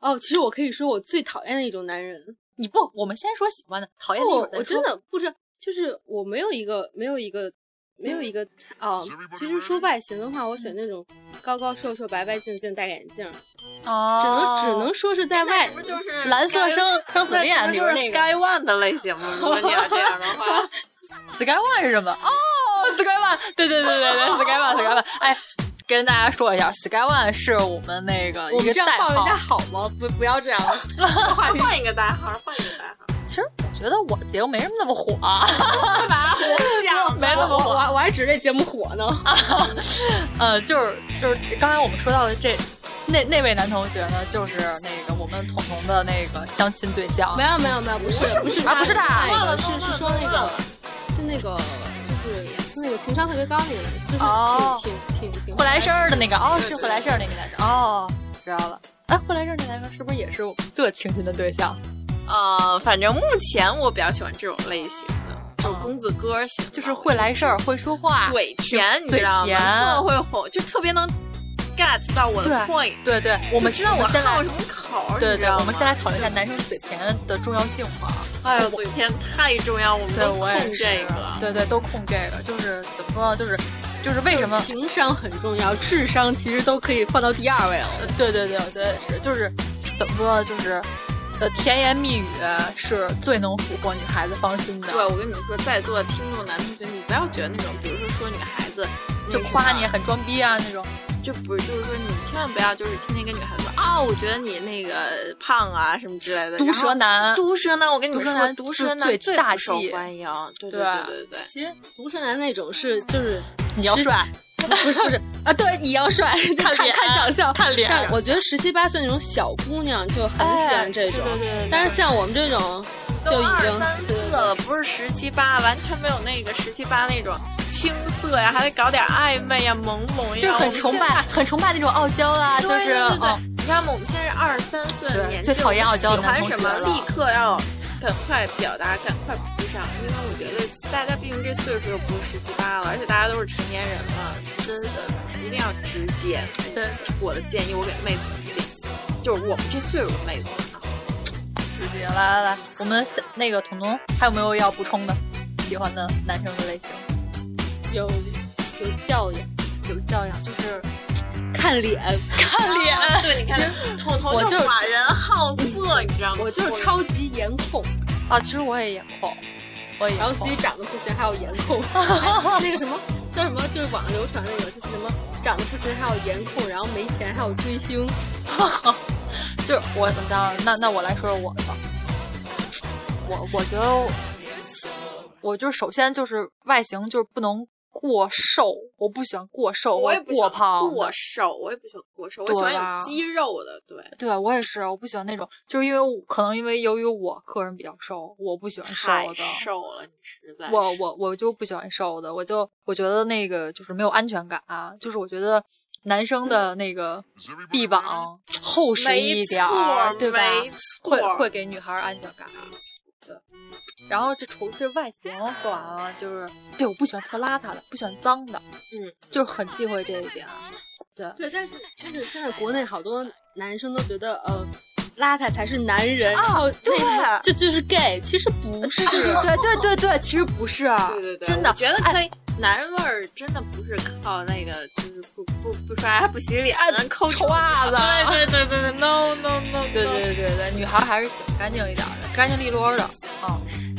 [SPEAKER 4] 哦，其实我可以说我最讨厌的一种男人，
[SPEAKER 2] 你不，我们先说喜欢的，讨厌那
[SPEAKER 4] 哦
[SPEAKER 2] 种，
[SPEAKER 4] 我真的不是，就是我没有一个没有一个没有一个哦。其实说外形的话，我选那种高高瘦瘦、白白净净、戴个眼镜儿，只
[SPEAKER 2] 哦
[SPEAKER 4] 能，只能说是在外
[SPEAKER 3] 那这不就是
[SPEAKER 2] 哎蓝色生生死恋里
[SPEAKER 3] 就
[SPEAKER 2] 边
[SPEAKER 3] 是
[SPEAKER 2] 那个
[SPEAKER 3] Sky One 的类型吗？如果你要这样的话，
[SPEAKER 2] Sky One 是什么？哦，Sky One，对对对对对，Sky One，Sky One，哎。跟大家说一下，Sky One 是我们那个
[SPEAKER 4] 我
[SPEAKER 2] 一
[SPEAKER 4] 们
[SPEAKER 2] 个
[SPEAKER 4] 这样
[SPEAKER 2] 代
[SPEAKER 4] 报人
[SPEAKER 2] 号
[SPEAKER 4] 家。好吗？不，不要这 样。
[SPEAKER 3] 换一个代号，换一个代号，
[SPEAKER 2] 其实我觉得我节目没什么那么火、啊，
[SPEAKER 3] 干嘛？我想
[SPEAKER 2] 没那么
[SPEAKER 4] 我
[SPEAKER 2] 火。
[SPEAKER 4] 我还指着这节目火呢。
[SPEAKER 2] 呃，就是就是刚才我们说到的这那那位男同学呢，就是那个我们彤彤的那个相亲对象
[SPEAKER 4] 没。有没有没有，不是不是
[SPEAKER 2] 啊不是他
[SPEAKER 4] 那个是
[SPEAKER 3] 忘了
[SPEAKER 4] 是说那
[SPEAKER 3] 忘
[SPEAKER 4] 个
[SPEAKER 3] 了
[SPEAKER 4] 是那个就是是那个情商特别高那个人，就
[SPEAKER 2] 哦
[SPEAKER 4] 是挺挺挺挺
[SPEAKER 2] 会来事儿的那个，哦，是
[SPEAKER 3] 对对
[SPEAKER 2] 会来事儿那个男生，哦，知道了。哎，会来事儿那男生是不是也是我们最倾心的对象？
[SPEAKER 3] 呃，反正目前我比较喜欢这种类型的，就是公子哥型的，
[SPEAKER 2] 就是会来事儿，会说话，
[SPEAKER 3] 啊嘴甜，你
[SPEAKER 2] 嘴
[SPEAKER 3] 知道
[SPEAKER 2] 甜
[SPEAKER 3] 吗？特会哄，就特别能 get 到我的
[SPEAKER 2] 对
[SPEAKER 3] point。
[SPEAKER 2] 对对，我们
[SPEAKER 3] 就知道我
[SPEAKER 2] 先
[SPEAKER 3] 好
[SPEAKER 2] 来
[SPEAKER 3] 什，么口儿，
[SPEAKER 2] 对
[SPEAKER 3] 你知
[SPEAKER 2] 对，
[SPEAKER 3] 道吗
[SPEAKER 2] 我们先来讨论一下。男生嘴甜的重要性吧。
[SPEAKER 3] 哎呦，嘴甜太重要，我们
[SPEAKER 2] 对
[SPEAKER 3] 都
[SPEAKER 2] 我也
[SPEAKER 3] 控
[SPEAKER 2] 是
[SPEAKER 3] 这个。
[SPEAKER 2] 对对，都控这个，就是怎么说呢？就是就是为什么？
[SPEAKER 4] 情商很重要，智商其实都可以放到第二位了。
[SPEAKER 2] 呃对对对，我觉得也是，就是怎么说呢？就是呃，甜言蜜语是最能俘获女孩子芳心的。
[SPEAKER 3] 对，我跟你们说，在座的听众男同学，你不要觉得那种，比如说说女孩子，那
[SPEAKER 2] 就
[SPEAKER 3] 什
[SPEAKER 2] 夸
[SPEAKER 3] 么
[SPEAKER 2] 你很装逼啊那种，
[SPEAKER 3] 就不是，就是说你千万不要就是天天跟女孩子说啊，我觉得你那个胖啊什么之类的，
[SPEAKER 2] 毒
[SPEAKER 3] 然后
[SPEAKER 2] 舌男，
[SPEAKER 3] 毒舌男，我跟你们
[SPEAKER 2] 毒舌
[SPEAKER 3] 说，
[SPEAKER 2] 男
[SPEAKER 3] 毒
[SPEAKER 2] 是
[SPEAKER 3] 舌男
[SPEAKER 2] 最
[SPEAKER 3] 最
[SPEAKER 2] 大
[SPEAKER 3] 不受
[SPEAKER 2] 忌
[SPEAKER 3] 欢迎，对
[SPEAKER 2] 对
[SPEAKER 3] 对对对
[SPEAKER 4] 其实独生男那种是就是
[SPEAKER 2] 你要
[SPEAKER 4] 十
[SPEAKER 2] 帅，
[SPEAKER 4] 不是不是啊，对，你要帅， 就看
[SPEAKER 2] 脸
[SPEAKER 4] 看长相。
[SPEAKER 2] 看脸，
[SPEAKER 4] 但我觉得十七八岁那种小姑娘就很
[SPEAKER 3] 哎
[SPEAKER 4] 喜欢这种，
[SPEAKER 3] 对对对对
[SPEAKER 4] 但是像我们这种
[SPEAKER 3] 对，
[SPEAKER 4] 就
[SPEAKER 3] 都
[SPEAKER 4] 已
[SPEAKER 3] 二
[SPEAKER 4] 经
[SPEAKER 3] 三
[SPEAKER 4] 对
[SPEAKER 3] 四了，不是十七八，完全没有那个十七八那种青涩呀，还得搞点暧昧呀、朦胧
[SPEAKER 2] 就
[SPEAKER 3] 呀，
[SPEAKER 2] 是
[SPEAKER 3] 我
[SPEAKER 2] 很
[SPEAKER 3] 们
[SPEAKER 2] 崇
[SPEAKER 3] 现
[SPEAKER 2] 拜
[SPEAKER 3] 在，
[SPEAKER 2] 很崇拜那种傲娇啦，
[SPEAKER 3] 对
[SPEAKER 2] 就是
[SPEAKER 3] 对对对
[SPEAKER 2] 哦，
[SPEAKER 3] 你看吗？我们现在是二十三岁的
[SPEAKER 2] 对
[SPEAKER 3] 年纪，
[SPEAKER 2] 最讨厌
[SPEAKER 3] 我们
[SPEAKER 2] 傲娇的
[SPEAKER 3] 喜
[SPEAKER 2] 男
[SPEAKER 3] 欢
[SPEAKER 2] 同
[SPEAKER 3] 什
[SPEAKER 2] 学
[SPEAKER 3] 么
[SPEAKER 2] 了
[SPEAKER 3] 立刻要呃赶快表达，赶快补上，因为我觉得大家毕竟这岁数又不是十七八了，而且大家都是成年人了，真的一定要直接。
[SPEAKER 2] 对，
[SPEAKER 3] 我的建议，我给妹子的建议，就是我们这岁数的妹子啊，
[SPEAKER 2] 直接来来来，我们那个彤彤还有没有要补充的？喜欢的男生的类型，
[SPEAKER 4] 有有教养，
[SPEAKER 2] 有教养，就是
[SPEAKER 4] 看脸，
[SPEAKER 2] 看脸。
[SPEAKER 3] 对，你看，彤彤
[SPEAKER 2] 我
[SPEAKER 3] 就
[SPEAKER 2] 就是
[SPEAKER 3] 寡人好色，你知道吗？
[SPEAKER 4] 我就是超级颜控，
[SPEAKER 2] 啊，其实我也颜控，我也
[SPEAKER 4] 然
[SPEAKER 2] 颜
[SPEAKER 4] 后自
[SPEAKER 2] 控
[SPEAKER 4] 己长得不行还有颜控，哎那个什么叫什么，就是网上流传那个就是什么长得不行还有颜控，然后没钱还有追星，
[SPEAKER 2] 就是我怎么着？那那我来说说我的吧。我我觉得，我就是首先就是外形就是不能过瘦，我不喜欢过瘦
[SPEAKER 3] 我
[SPEAKER 2] 或
[SPEAKER 3] 也
[SPEAKER 2] 者
[SPEAKER 3] 不喜
[SPEAKER 2] 过
[SPEAKER 3] 欢
[SPEAKER 2] 胖的。
[SPEAKER 3] 过瘦，我也不喜欢过瘦，我喜
[SPEAKER 2] 对啊
[SPEAKER 3] 欢
[SPEAKER 2] 吧
[SPEAKER 3] 有肌肉的，对。
[SPEAKER 2] 对我也是，我不喜欢那种，就是因为我可能因为由于我个人比较瘦，我不喜欢瘦
[SPEAKER 3] 太
[SPEAKER 2] 的。
[SPEAKER 3] 瘦了，你实在
[SPEAKER 2] 我
[SPEAKER 3] 是
[SPEAKER 2] 我我就不喜欢瘦的，我就我觉得那个就是没有安全感、啊，就是我觉得男生
[SPEAKER 3] 嗯
[SPEAKER 2] 的那个臂膀厚实一点儿，
[SPEAKER 3] 没错
[SPEAKER 2] 对吧？
[SPEAKER 3] 没
[SPEAKER 2] 会
[SPEAKER 3] 错
[SPEAKER 2] 会给女孩儿安全感。啊
[SPEAKER 3] 嗯
[SPEAKER 2] 对，然后这除这外形说完了，就是对我不喜欢特邋遢的，不喜欢脏的，
[SPEAKER 3] 嗯，
[SPEAKER 2] 就是很忌讳这一点。啊对，
[SPEAKER 4] 对，但是就是现在国内好多男生都觉得呃。邋遢才是男人，然后
[SPEAKER 2] 哦对呃
[SPEAKER 4] 那就就是 gay，其实不 是，
[SPEAKER 2] 对对对对，其实不是，
[SPEAKER 3] 对对对，
[SPEAKER 2] 真的哎
[SPEAKER 3] 我觉得可以。男人味儿真的不是靠那个，就是不不不刷牙、不洗脸、抠
[SPEAKER 2] 哎臭袜子啊
[SPEAKER 3] 对对对对对，no no no，no
[SPEAKER 2] 对对对对，女孩还是喜欢干净一点的，干净利落的啊。
[SPEAKER 3] 嗯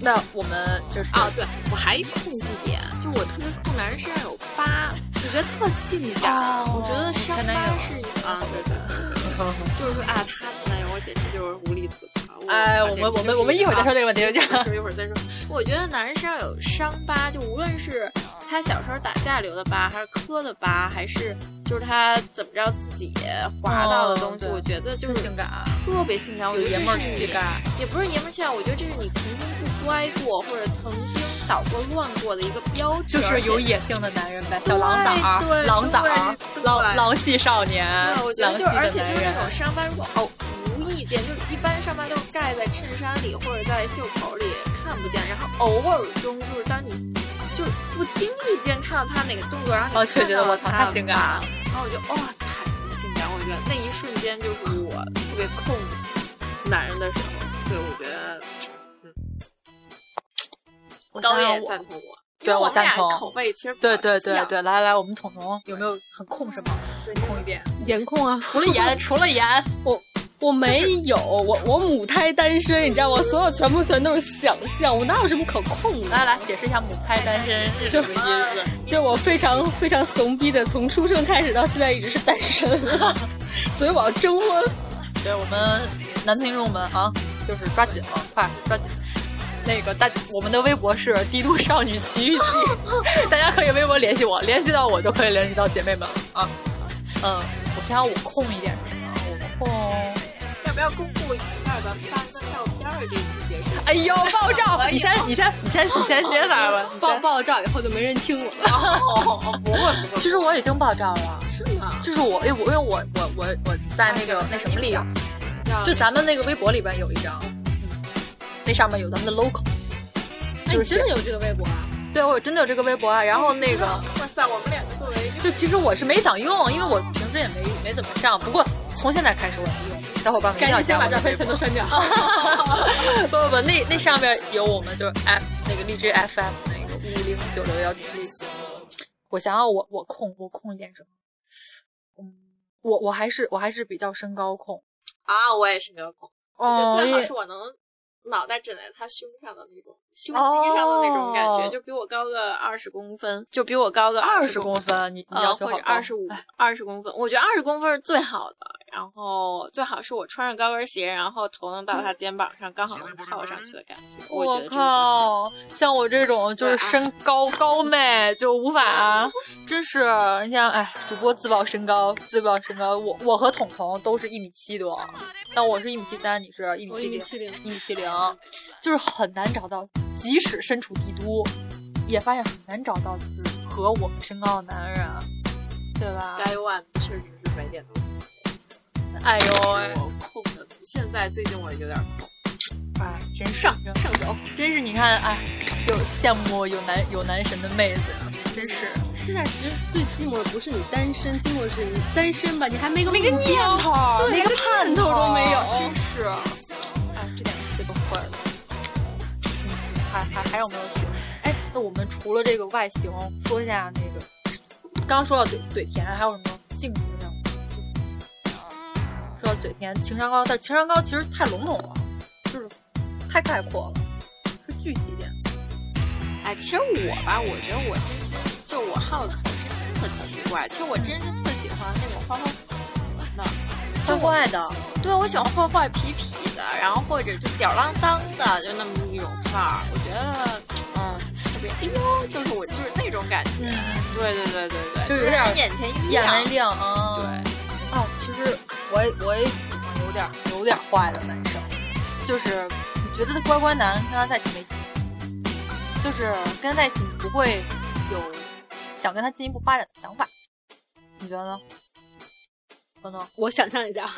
[SPEAKER 2] 那我们就是
[SPEAKER 3] 啊，对我还一控制点，就我特别控男人身上有疤，我觉得特性感。
[SPEAKER 2] 哦
[SPEAKER 3] 我觉得伤
[SPEAKER 2] 前男
[SPEAKER 3] 疤
[SPEAKER 2] 友
[SPEAKER 3] 是一个啊，对 对对对对，就是说啊，他前男友我简直就是无力吐槽。
[SPEAKER 2] 哎，
[SPEAKER 3] 啊
[SPEAKER 2] 我
[SPEAKER 3] 简
[SPEAKER 2] 们
[SPEAKER 3] 直
[SPEAKER 2] 我
[SPEAKER 3] 就
[SPEAKER 2] 们
[SPEAKER 3] 是
[SPEAKER 2] 我们一会儿再
[SPEAKER 3] 个
[SPEAKER 2] 说这个问题，
[SPEAKER 3] 一
[SPEAKER 2] 这
[SPEAKER 3] 会儿
[SPEAKER 2] 样
[SPEAKER 3] 再说，一会儿再说。我觉得男人身上有伤疤，就无论是他小时候打架留的疤，还是磕的疤，还是就是他怎么着自己划到的东西，
[SPEAKER 2] 哦对
[SPEAKER 3] 我觉得就是
[SPEAKER 2] 性感，啊
[SPEAKER 3] 特别性感。我
[SPEAKER 2] 有
[SPEAKER 3] 觉得
[SPEAKER 2] 爷
[SPEAKER 3] 这
[SPEAKER 2] 们儿
[SPEAKER 3] 是你
[SPEAKER 2] 气概。
[SPEAKER 3] 也不是爷们儿气概，我觉得这是你曾经不乖过或者曾经捣过乱过的一个标
[SPEAKER 2] 就
[SPEAKER 3] 志，
[SPEAKER 2] 是
[SPEAKER 3] 而且
[SPEAKER 2] 有野性的男人呗，小狼崽
[SPEAKER 3] 对
[SPEAKER 2] 儿、
[SPEAKER 3] 对
[SPEAKER 2] 狼崽儿
[SPEAKER 3] 对、对
[SPEAKER 2] 狼狼系少年
[SPEAKER 3] 对，我、觉
[SPEAKER 2] 狼
[SPEAKER 3] 得
[SPEAKER 2] 系
[SPEAKER 3] 就
[SPEAKER 2] 啊的
[SPEAKER 3] 是，而且
[SPEAKER 2] 男
[SPEAKER 3] 就是
[SPEAKER 2] 人啊
[SPEAKER 3] 那。种伤疤，如果哦无意间，就是一般伤疤都是盖在衬衫里或者在袖口里看不见，然后偶尔中就是当你就不经意间看到他哪个动作，然后
[SPEAKER 2] 哦，
[SPEAKER 3] 你
[SPEAKER 2] 却
[SPEAKER 3] 看
[SPEAKER 2] 觉
[SPEAKER 3] 到
[SPEAKER 2] 得我
[SPEAKER 3] 了
[SPEAKER 2] 操，
[SPEAKER 3] 他
[SPEAKER 2] 太性感了！
[SPEAKER 3] 然后我就哇、太性感！我觉得那一瞬间就是我特别控制男人的时候，对我觉得
[SPEAKER 2] 我
[SPEAKER 3] 高
[SPEAKER 2] 想
[SPEAKER 3] 也
[SPEAKER 2] 想我
[SPEAKER 3] 赞同我，
[SPEAKER 2] 对
[SPEAKER 3] 因为
[SPEAKER 2] 我
[SPEAKER 3] 我们俩
[SPEAKER 2] 赞同
[SPEAKER 3] 口味其实比较
[SPEAKER 2] 对对对
[SPEAKER 3] 像
[SPEAKER 2] 对，来来，我们彤彤有没有很控什么？控一点，
[SPEAKER 4] 颜控啊，
[SPEAKER 2] 除了盐，除了盐，
[SPEAKER 4] 我没有，我我母胎单身，你知道，我所有全部全都是想象，我哪有什么可控的？
[SPEAKER 2] 来来解释一下母胎单身是什
[SPEAKER 4] 就
[SPEAKER 2] 么意思？
[SPEAKER 4] 就是我非常非常怂逼的，从出生开始到现在一直是单身， 所以我要征婚。
[SPEAKER 2] 对我们男听众们啊，就是抓紧了，快抓紧。那个大，我们的微博是“低度少女奇遇记”， 大家可以微博联系我，联系到我就可以联系到姐妹们了啊。嗯，我想想我控一点什么，我控。
[SPEAKER 3] 要不要公布一下咱们三个照片儿？这期结束。
[SPEAKER 2] 哎呦，爆照！你先，你先，你先，你先歇会儿吧。
[SPEAKER 4] 爆爆了照以后就没人听我了。
[SPEAKER 3] 哦不会不
[SPEAKER 2] 其实我已经爆照了，
[SPEAKER 3] 是 吗？
[SPEAKER 2] 就是我，因为我因为我我我我在那个那什么里，就咱们那个微博里边有一张，那上面有咱们的 logo。
[SPEAKER 4] 哎，你真的有这个微博啊？
[SPEAKER 2] 对，我真的有这个微博啊。然后那个，
[SPEAKER 3] 哇塞，我们两个作为
[SPEAKER 2] 就其实我是没想用，因为我平时也没没怎么上。不过从现在开始我要用，小伙伴们一
[SPEAKER 4] 赶
[SPEAKER 2] 定要
[SPEAKER 4] 紧
[SPEAKER 2] 加
[SPEAKER 4] 先把
[SPEAKER 2] 我
[SPEAKER 4] 照
[SPEAKER 2] 的
[SPEAKER 4] 片
[SPEAKER 2] 微
[SPEAKER 4] 全
[SPEAKER 2] 博
[SPEAKER 4] 都。删掉。
[SPEAKER 2] 不不不，那那上面有我们就是 F 那个荔枝 FM 那个五零九六幺七。我想想，我我控我控一点什么？嗯，我我还是我还是比较身高控。
[SPEAKER 3] 啊，我也是没有恐，我觉得
[SPEAKER 2] 哦，
[SPEAKER 3] 最
[SPEAKER 2] 因
[SPEAKER 3] 好
[SPEAKER 2] 为
[SPEAKER 3] 是我能脑袋枕在他胸上的那种，胸肌上的那种感觉，
[SPEAKER 2] 哦
[SPEAKER 3] 就比我高个二十公分，就比我高个
[SPEAKER 2] 二
[SPEAKER 3] 十
[SPEAKER 2] 十
[SPEAKER 3] 公
[SPEAKER 2] 公分，你你
[SPEAKER 3] 呃
[SPEAKER 2] 要求
[SPEAKER 3] 或
[SPEAKER 2] 好
[SPEAKER 3] 者
[SPEAKER 2] 高哎
[SPEAKER 3] 二十五、二十公分，我觉得二十公分是最好的。然后最好是我穿上高跟鞋，然后头能到他肩膀上，刚好能靠上去的感觉。我觉得这是最啊好
[SPEAKER 2] 靠！
[SPEAKER 3] 的，
[SPEAKER 2] 像我这种就是身高高妹就无法，真是你像哎，主播自曝身高，自曝身高。我我和彤彤都是一米七多，但我是一米七 三，你是一米
[SPEAKER 4] 我
[SPEAKER 2] 七
[SPEAKER 4] 一
[SPEAKER 2] 零
[SPEAKER 4] 米，七零，
[SPEAKER 2] 一米七零，就是很难找到，即使身处帝都，也发现很难找到就是和我们身高的男人，啊对吧？
[SPEAKER 3] Sky One 确实是没点东西，
[SPEAKER 2] 哎呦喂！
[SPEAKER 3] 我控的。现在最近我有点控，
[SPEAKER 2] 哎，真上上手，真是你看，哎，有羡慕有男有男神的妹子，真是
[SPEAKER 4] 现在其实最寂寞的不是你单身，寂寞是你单身吧，你还没个没个念
[SPEAKER 2] 头，
[SPEAKER 4] 对
[SPEAKER 2] 连个盼头都没有，
[SPEAKER 4] 真
[SPEAKER 2] 是，哎，这点最崩坏了。嗯，还还还有没有什么？哎，那我们除了这个外形，说一下那个，刚刚说到嘴嘴甜，还有什么性格上？说到嘴甜，情商高，但是情商高其实太笼统了，就是太概括了，是具体一点。
[SPEAKER 3] 哎，其实我吧，我觉得我真心就我好客真的特奇怪。其实我真心特喜欢那种花花喜欢的，
[SPEAKER 2] 坏坏的，
[SPEAKER 3] 对，我喜欢坏坏痞痞的，然后或者就吊儿郎当的，就那么一种范儿。我觉得，嗯，特别，哎呦，就是我就是那种感觉。对对对对对，
[SPEAKER 2] 嗯就是有
[SPEAKER 3] 是
[SPEAKER 2] 点
[SPEAKER 3] 眼前一
[SPEAKER 2] 眼
[SPEAKER 3] 亮
[SPEAKER 2] 为。亮啊。
[SPEAKER 3] 对，
[SPEAKER 2] 哦，其实我也我也喜欢有点有点坏的男生，就是你觉得他乖乖男跟他在一起没劲，就是跟他在一起你不会有想跟他进一步发展的想法，你觉得呢？可能，
[SPEAKER 4] 我想象一下，啊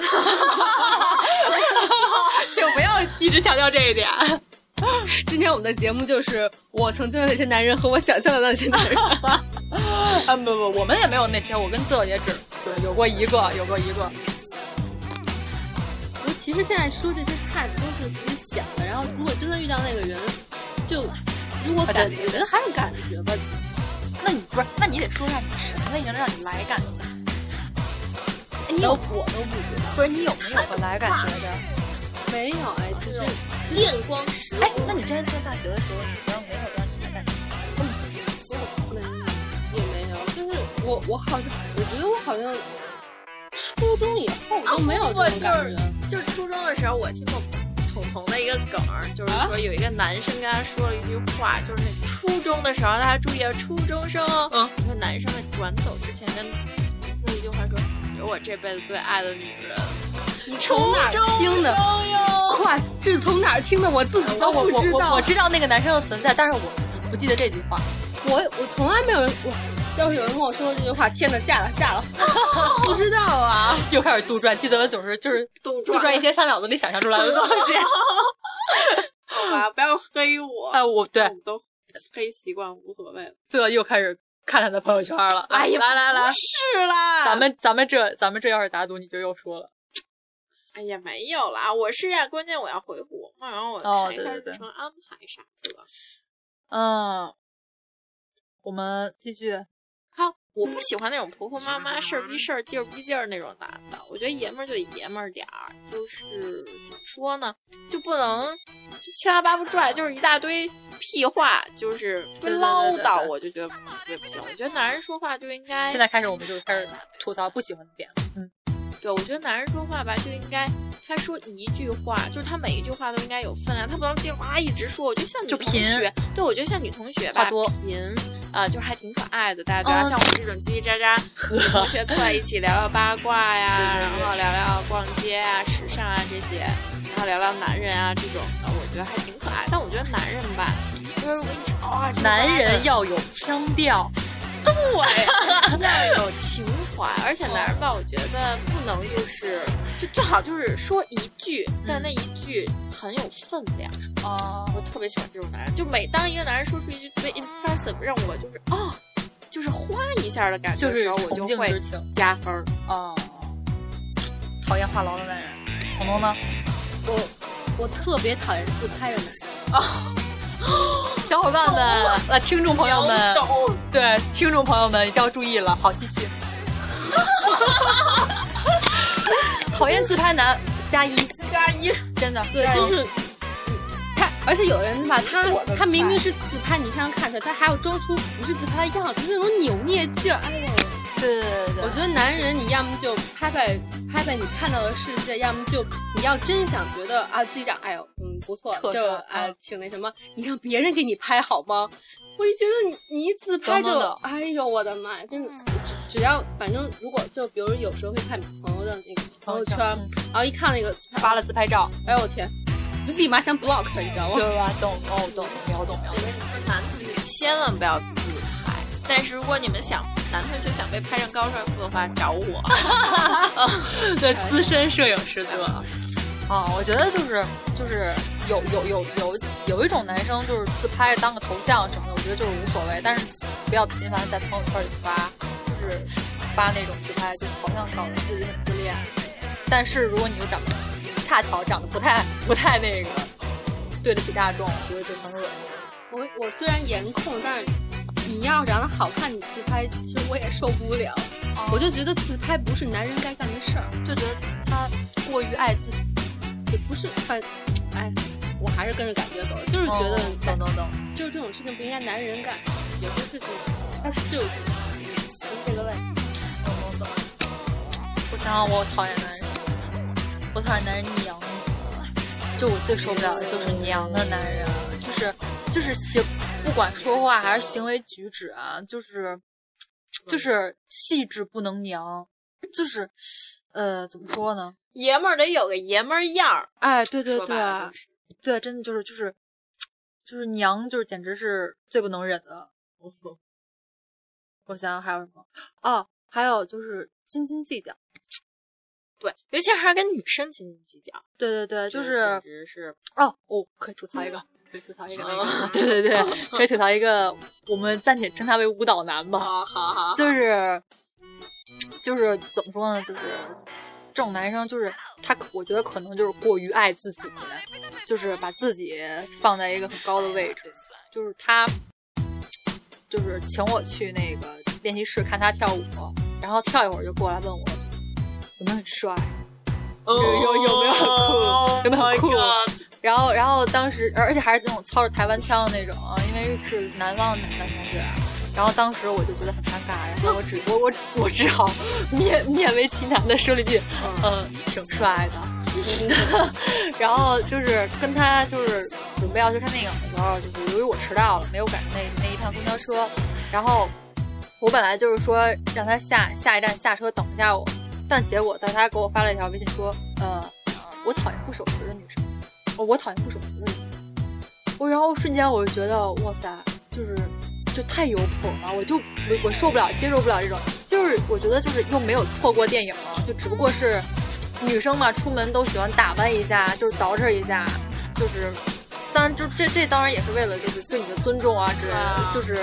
[SPEAKER 2] 请不要一直强调这一点。
[SPEAKER 4] 今天我们的节目就是我曾经的那些男人和我想象的那些男人。
[SPEAKER 2] 啊，不不，我们也没有那些，我跟自我也只对有过一个，有过一个。
[SPEAKER 4] 我其实现在说这些菜都是自己想的，然后如果真的遇到那个人，就如果感觉，我觉得还是感觉吧。
[SPEAKER 2] 那你不是，那你得说一下你什么类型让你来感觉？
[SPEAKER 4] 哎你有我都不知道，
[SPEAKER 2] 不是你有没有个来感觉的？
[SPEAKER 4] 没有哎，其实其实电光石
[SPEAKER 2] 哎，那你之前在大学的时候，你知道没有当时的感觉？
[SPEAKER 4] 没有，也没有，就是我我好像我觉得我好像初中以后我都没有这种感觉。
[SPEAKER 3] 啊就是初中的时候，我听过彤彤的一个梗儿，就是
[SPEAKER 2] 啊
[SPEAKER 3] 说有一个男生跟他说了一句话，就是那初中的时候，大家注意啊，初中生哦，
[SPEAKER 2] 嗯
[SPEAKER 3] 一个男生在转走之前跟那一句话说：“有我这辈子最爱的女人。”
[SPEAKER 4] 你从哪儿听的？快，这是从哪儿听的？我自己
[SPEAKER 2] 啊，
[SPEAKER 4] 都
[SPEAKER 2] 我
[SPEAKER 4] 不
[SPEAKER 2] 我
[SPEAKER 4] 知道。
[SPEAKER 2] 我我知道那个男生的存在，但是我不记得这句话。
[SPEAKER 4] 我我从来没有人，我要是有人跟我说过这句话，天哪，嫁了嫁了， 不知道啊。
[SPEAKER 2] 又开始杜撰，记得我总是就是
[SPEAKER 3] 杜
[SPEAKER 2] 杜撰一些他脑子里想象出来的东西。
[SPEAKER 3] 好吧，不要黑我。
[SPEAKER 2] 哎，我对
[SPEAKER 3] 我们都黑习惯无所谓了。
[SPEAKER 2] 这又开始看他的朋友圈了。来来来来，
[SPEAKER 3] 哎是啊啦，
[SPEAKER 2] 咱们咱们这咱们这要是打赌，你就又说了。
[SPEAKER 3] 哎呀没有啦，我是呀，关键我要回国嘛，然后我
[SPEAKER 2] 哦
[SPEAKER 3] 看一下
[SPEAKER 2] 对对对
[SPEAKER 3] 日程安排啥的。
[SPEAKER 2] 嗯，我们继续。
[SPEAKER 3] 好，我不喜欢那种婆婆妈妈、事儿逼事儿、劲儿逼劲儿那种男的。我觉得爷们儿就爷们儿点儿，就是怎么说呢，就不能就七拉八不拽，就是一大堆屁话，就是特别唠
[SPEAKER 2] 对对对对
[SPEAKER 3] 叨，
[SPEAKER 2] 对
[SPEAKER 3] 我就觉得特别不行。我觉得男人说话就应该
[SPEAKER 2] 现在开始，我们就开始吐槽不喜欢的点了。嗯，
[SPEAKER 3] 对，我觉得男人说话吧，就应该他说一句话，就是他每一句话都应该有分量，他不能叽里呱啦一直说。我觉得像女
[SPEAKER 2] 就
[SPEAKER 3] 同
[SPEAKER 2] 贫
[SPEAKER 3] 学，对我觉得像女同学
[SPEAKER 2] 话
[SPEAKER 3] 吧
[SPEAKER 2] 多，
[SPEAKER 3] 贫，呃，就是还挺可爱的。大家觉得、
[SPEAKER 2] 嗯
[SPEAKER 3] 像我这种叽叽喳 喳女同学凑在一起聊聊八卦呀，
[SPEAKER 2] 对对对
[SPEAKER 3] 然后聊聊逛街啊、时尚啊这些，然后聊聊男人啊这种的，我觉得还挺可爱。但我觉得男人吧，就是我跟你说啊，
[SPEAKER 2] 男
[SPEAKER 3] 要。叽里呱啦的
[SPEAKER 2] 人要有腔调。
[SPEAKER 3] 嗯对，要有情怀，而且男人吧，我觉得不能就是，就最好就是说一句，但那一句很有分量。
[SPEAKER 2] 哦
[SPEAKER 3] 我特别喜欢这种男人，就每当一个男人说出一句 特别 impressive，让我就是哦，就是哗一下的感觉
[SPEAKER 2] 就
[SPEAKER 3] 的
[SPEAKER 2] 是
[SPEAKER 3] 时候，我
[SPEAKER 2] 崇
[SPEAKER 3] 就
[SPEAKER 2] 敬
[SPEAKER 3] 会
[SPEAKER 2] 之情。
[SPEAKER 3] 加分儿。
[SPEAKER 2] 哦，讨厌话痨的男人。彤彤呢？
[SPEAKER 4] 我我特别讨厌自拍的男人，
[SPEAKER 2] 小伙伴 们，呃，听众朋友们，对听众朋友们一定要注意了。好，继 续。讨厌自拍男加一，
[SPEAKER 3] 加一，
[SPEAKER 2] 真的，
[SPEAKER 4] 对，就是嗯他而且有哦的人吧，他
[SPEAKER 5] 我的
[SPEAKER 4] 他明
[SPEAKER 5] 菜
[SPEAKER 4] 明是自拍，你非常看出来，他还要装出不是自拍的样子，那种扭捏劲儿。哎呦，
[SPEAKER 2] 对对对，
[SPEAKER 4] 我觉得男人你要么就拍拍拍拍你看到的世界，要么就你要真想觉得啊自己长哎呦嗯不错，
[SPEAKER 2] 特嗯
[SPEAKER 4] 就
[SPEAKER 2] 长
[SPEAKER 4] 啊挺那什么，你让别人给你拍好吗？我就觉得你你一自拍就
[SPEAKER 2] 懂懂懂
[SPEAKER 4] 哎呦我的妈呀，
[SPEAKER 2] 嗯
[SPEAKER 4] 真的只只要反正如果就比如有时候会看朋友的那个朋友圈，
[SPEAKER 2] 嗯
[SPEAKER 4] 然后一看那个自拍
[SPEAKER 2] 发了，自拍照，
[SPEAKER 4] 哎呦我天，就立马想 block 你知道吗？
[SPEAKER 2] 对吧？懂哦，懂秒懂秒
[SPEAKER 3] 我。跟你说，男同学千万不要自拍。但是如果你们想男同学想被拍成高帅富的话，找我。
[SPEAKER 2] 对
[SPEAKER 4] 哎
[SPEAKER 2] 资深摄影师对吧？啊，我觉得就是就是有有有有有一种男生就是自拍当个头像什么的，我觉得就是无所谓，但是不要频繁地在朋友圈里发，就是发那种自拍，就好像搞得自己很自恋。但是如果你又长得恰巧长得不太不太那个对得起大众，我觉得就很恶心。
[SPEAKER 4] 我我虽然颜控，但是你要长得好看，你自拍其实我也受不了。我就觉得自拍不是男人该干的事儿，
[SPEAKER 2] 就觉得他过于爱自己，
[SPEAKER 4] 也不是反，哎，我还是跟着感觉走，就是觉得、
[SPEAKER 2] 等等等，
[SPEAKER 4] 就是这种事情不应该男人干，有些事情他就这个问题。
[SPEAKER 2] 我想想，我讨厌男人，我讨厌男人娘。就我最受不了的就是娘的男人，就是就是行，不管说话还是行为举止啊，就是就是气质不能娘，就是呃怎么说呢？
[SPEAKER 3] 爷们儿得有个爷们儿样儿。
[SPEAKER 2] 哎，对对
[SPEAKER 3] 说白
[SPEAKER 2] 对，
[SPEAKER 3] 了就是
[SPEAKER 2] 对，真的就是就是就是娘，就是简直是最不能忍的。我想想还有什么？哦，还有就是斤斤计较。
[SPEAKER 3] 对，尤其还是跟女生斤斤计较，
[SPEAKER 2] 对对对，就
[SPEAKER 3] 这
[SPEAKER 2] 是
[SPEAKER 3] 简直是
[SPEAKER 2] 哦，我可以吐槽一个，可以吐槽一个 那个， 对对 对，可以吐槽一个，我们暂且称他为舞蹈男吧，
[SPEAKER 3] 好好好，
[SPEAKER 2] 就是就是怎么说呢，就是这种男生，就是他可，我觉得可能就是过于爱自己，就是把自己放在一个很高的位置，就是他就是请我去那个练习室看他跳舞，然后跳一会儿就过来问我有没有很帅。
[SPEAKER 3] 有
[SPEAKER 2] 有有没有很酷有没有很酷然后，然后当时，而而且还是那种操着台湾腔的那种啊，因为是南方的男同学。然后当时我就觉得很尴尬，然后我只我我我只好勉勉为其难的说了一句，嗯，挺帅的。 然后就是跟他就是准备要去看电影的时候，就是由于我迟到了，没有赶上那那一趟公交车，然后我本来就是说让他下下一站下车等一下我，但结果在他给我发了一条微信说，呃，我讨厌不守时的女生。哦我讨厌不守时的人。我然后瞬间我就觉得，哇塞，就是就太有谱了，我就我我受不了，接受不了这种。就是我觉得就是又没有错过电影了，就只不过是女生嘛，出门都喜欢打扮一下，就是捯饬一下，就是。当然，就这这当然也是为了就是对你的尊重啊之类的
[SPEAKER 3] 啊，
[SPEAKER 2] 就是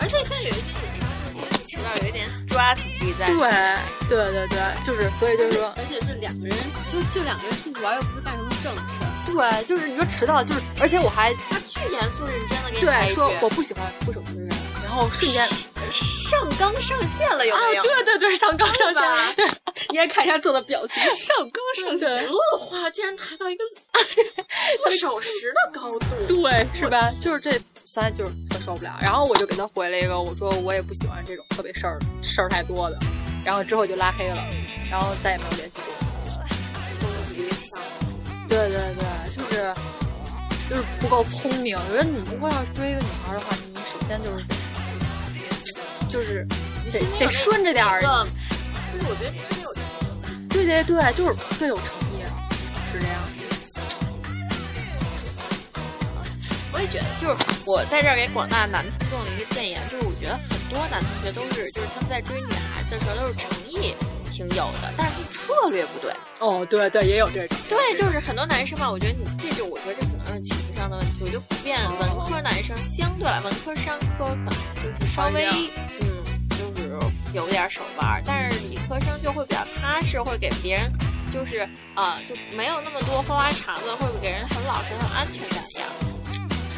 [SPEAKER 3] 而且像有一些女生，我觉得迟到有一点 strategy 在。
[SPEAKER 2] 对对对对，就是所以就是说，
[SPEAKER 4] 而且是两个人，就就两个人出去玩，又不是干什么正事儿。
[SPEAKER 2] 对，就是你说迟到就是，而且我还
[SPEAKER 3] 他巨严肃认真的给你来
[SPEAKER 2] 对
[SPEAKER 3] 一句
[SPEAKER 2] 说我不喜欢不守时的人，然后瞬间
[SPEAKER 3] 上纲上线了有没有？
[SPEAKER 2] 啊对对对，上纲上线
[SPEAKER 3] 吧，
[SPEAKER 4] 你该看一下做的表情，
[SPEAKER 2] 上纲上线，
[SPEAKER 3] 说的话竟然达到一个不守时的高度，
[SPEAKER 2] 对，哎是吧？就是这，现在就是特受不了。然后我就给他回了一个，我说我也不喜欢这种特别事儿事儿太多的。然后之后就拉黑了，然后再也没有联系过。对对对，就是就是不够聪明。我觉得你如果要追一个女孩的话，你首先就是就是得得顺着点儿，
[SPEAKER 3] 就是我觉得你有
[SPEAKER 2] 对对对，就是最有诚意，是这样。
[SPEAKER 3] 我也觉得，就是我在这儿给广大男听众的一个建议，啊，就是我觉得很多男同学都是，就是他们在追女孩子的时候都是诚意挺有的，但是他策略不对。
[SPEAKER 2] 哦，对对，也有这种。
[SPEAKER 3] 对，就是很多男生嘛，我觉得你这就我觉得这可能是情商的问题，我就普遍文科男生相对来文科商科可能就是稍微嗯，就是有点手腕儿，但是理科生就会比较踏实，会给别人就是呃就没有那么多花花肠子，会给人很老实、很有安全感一样。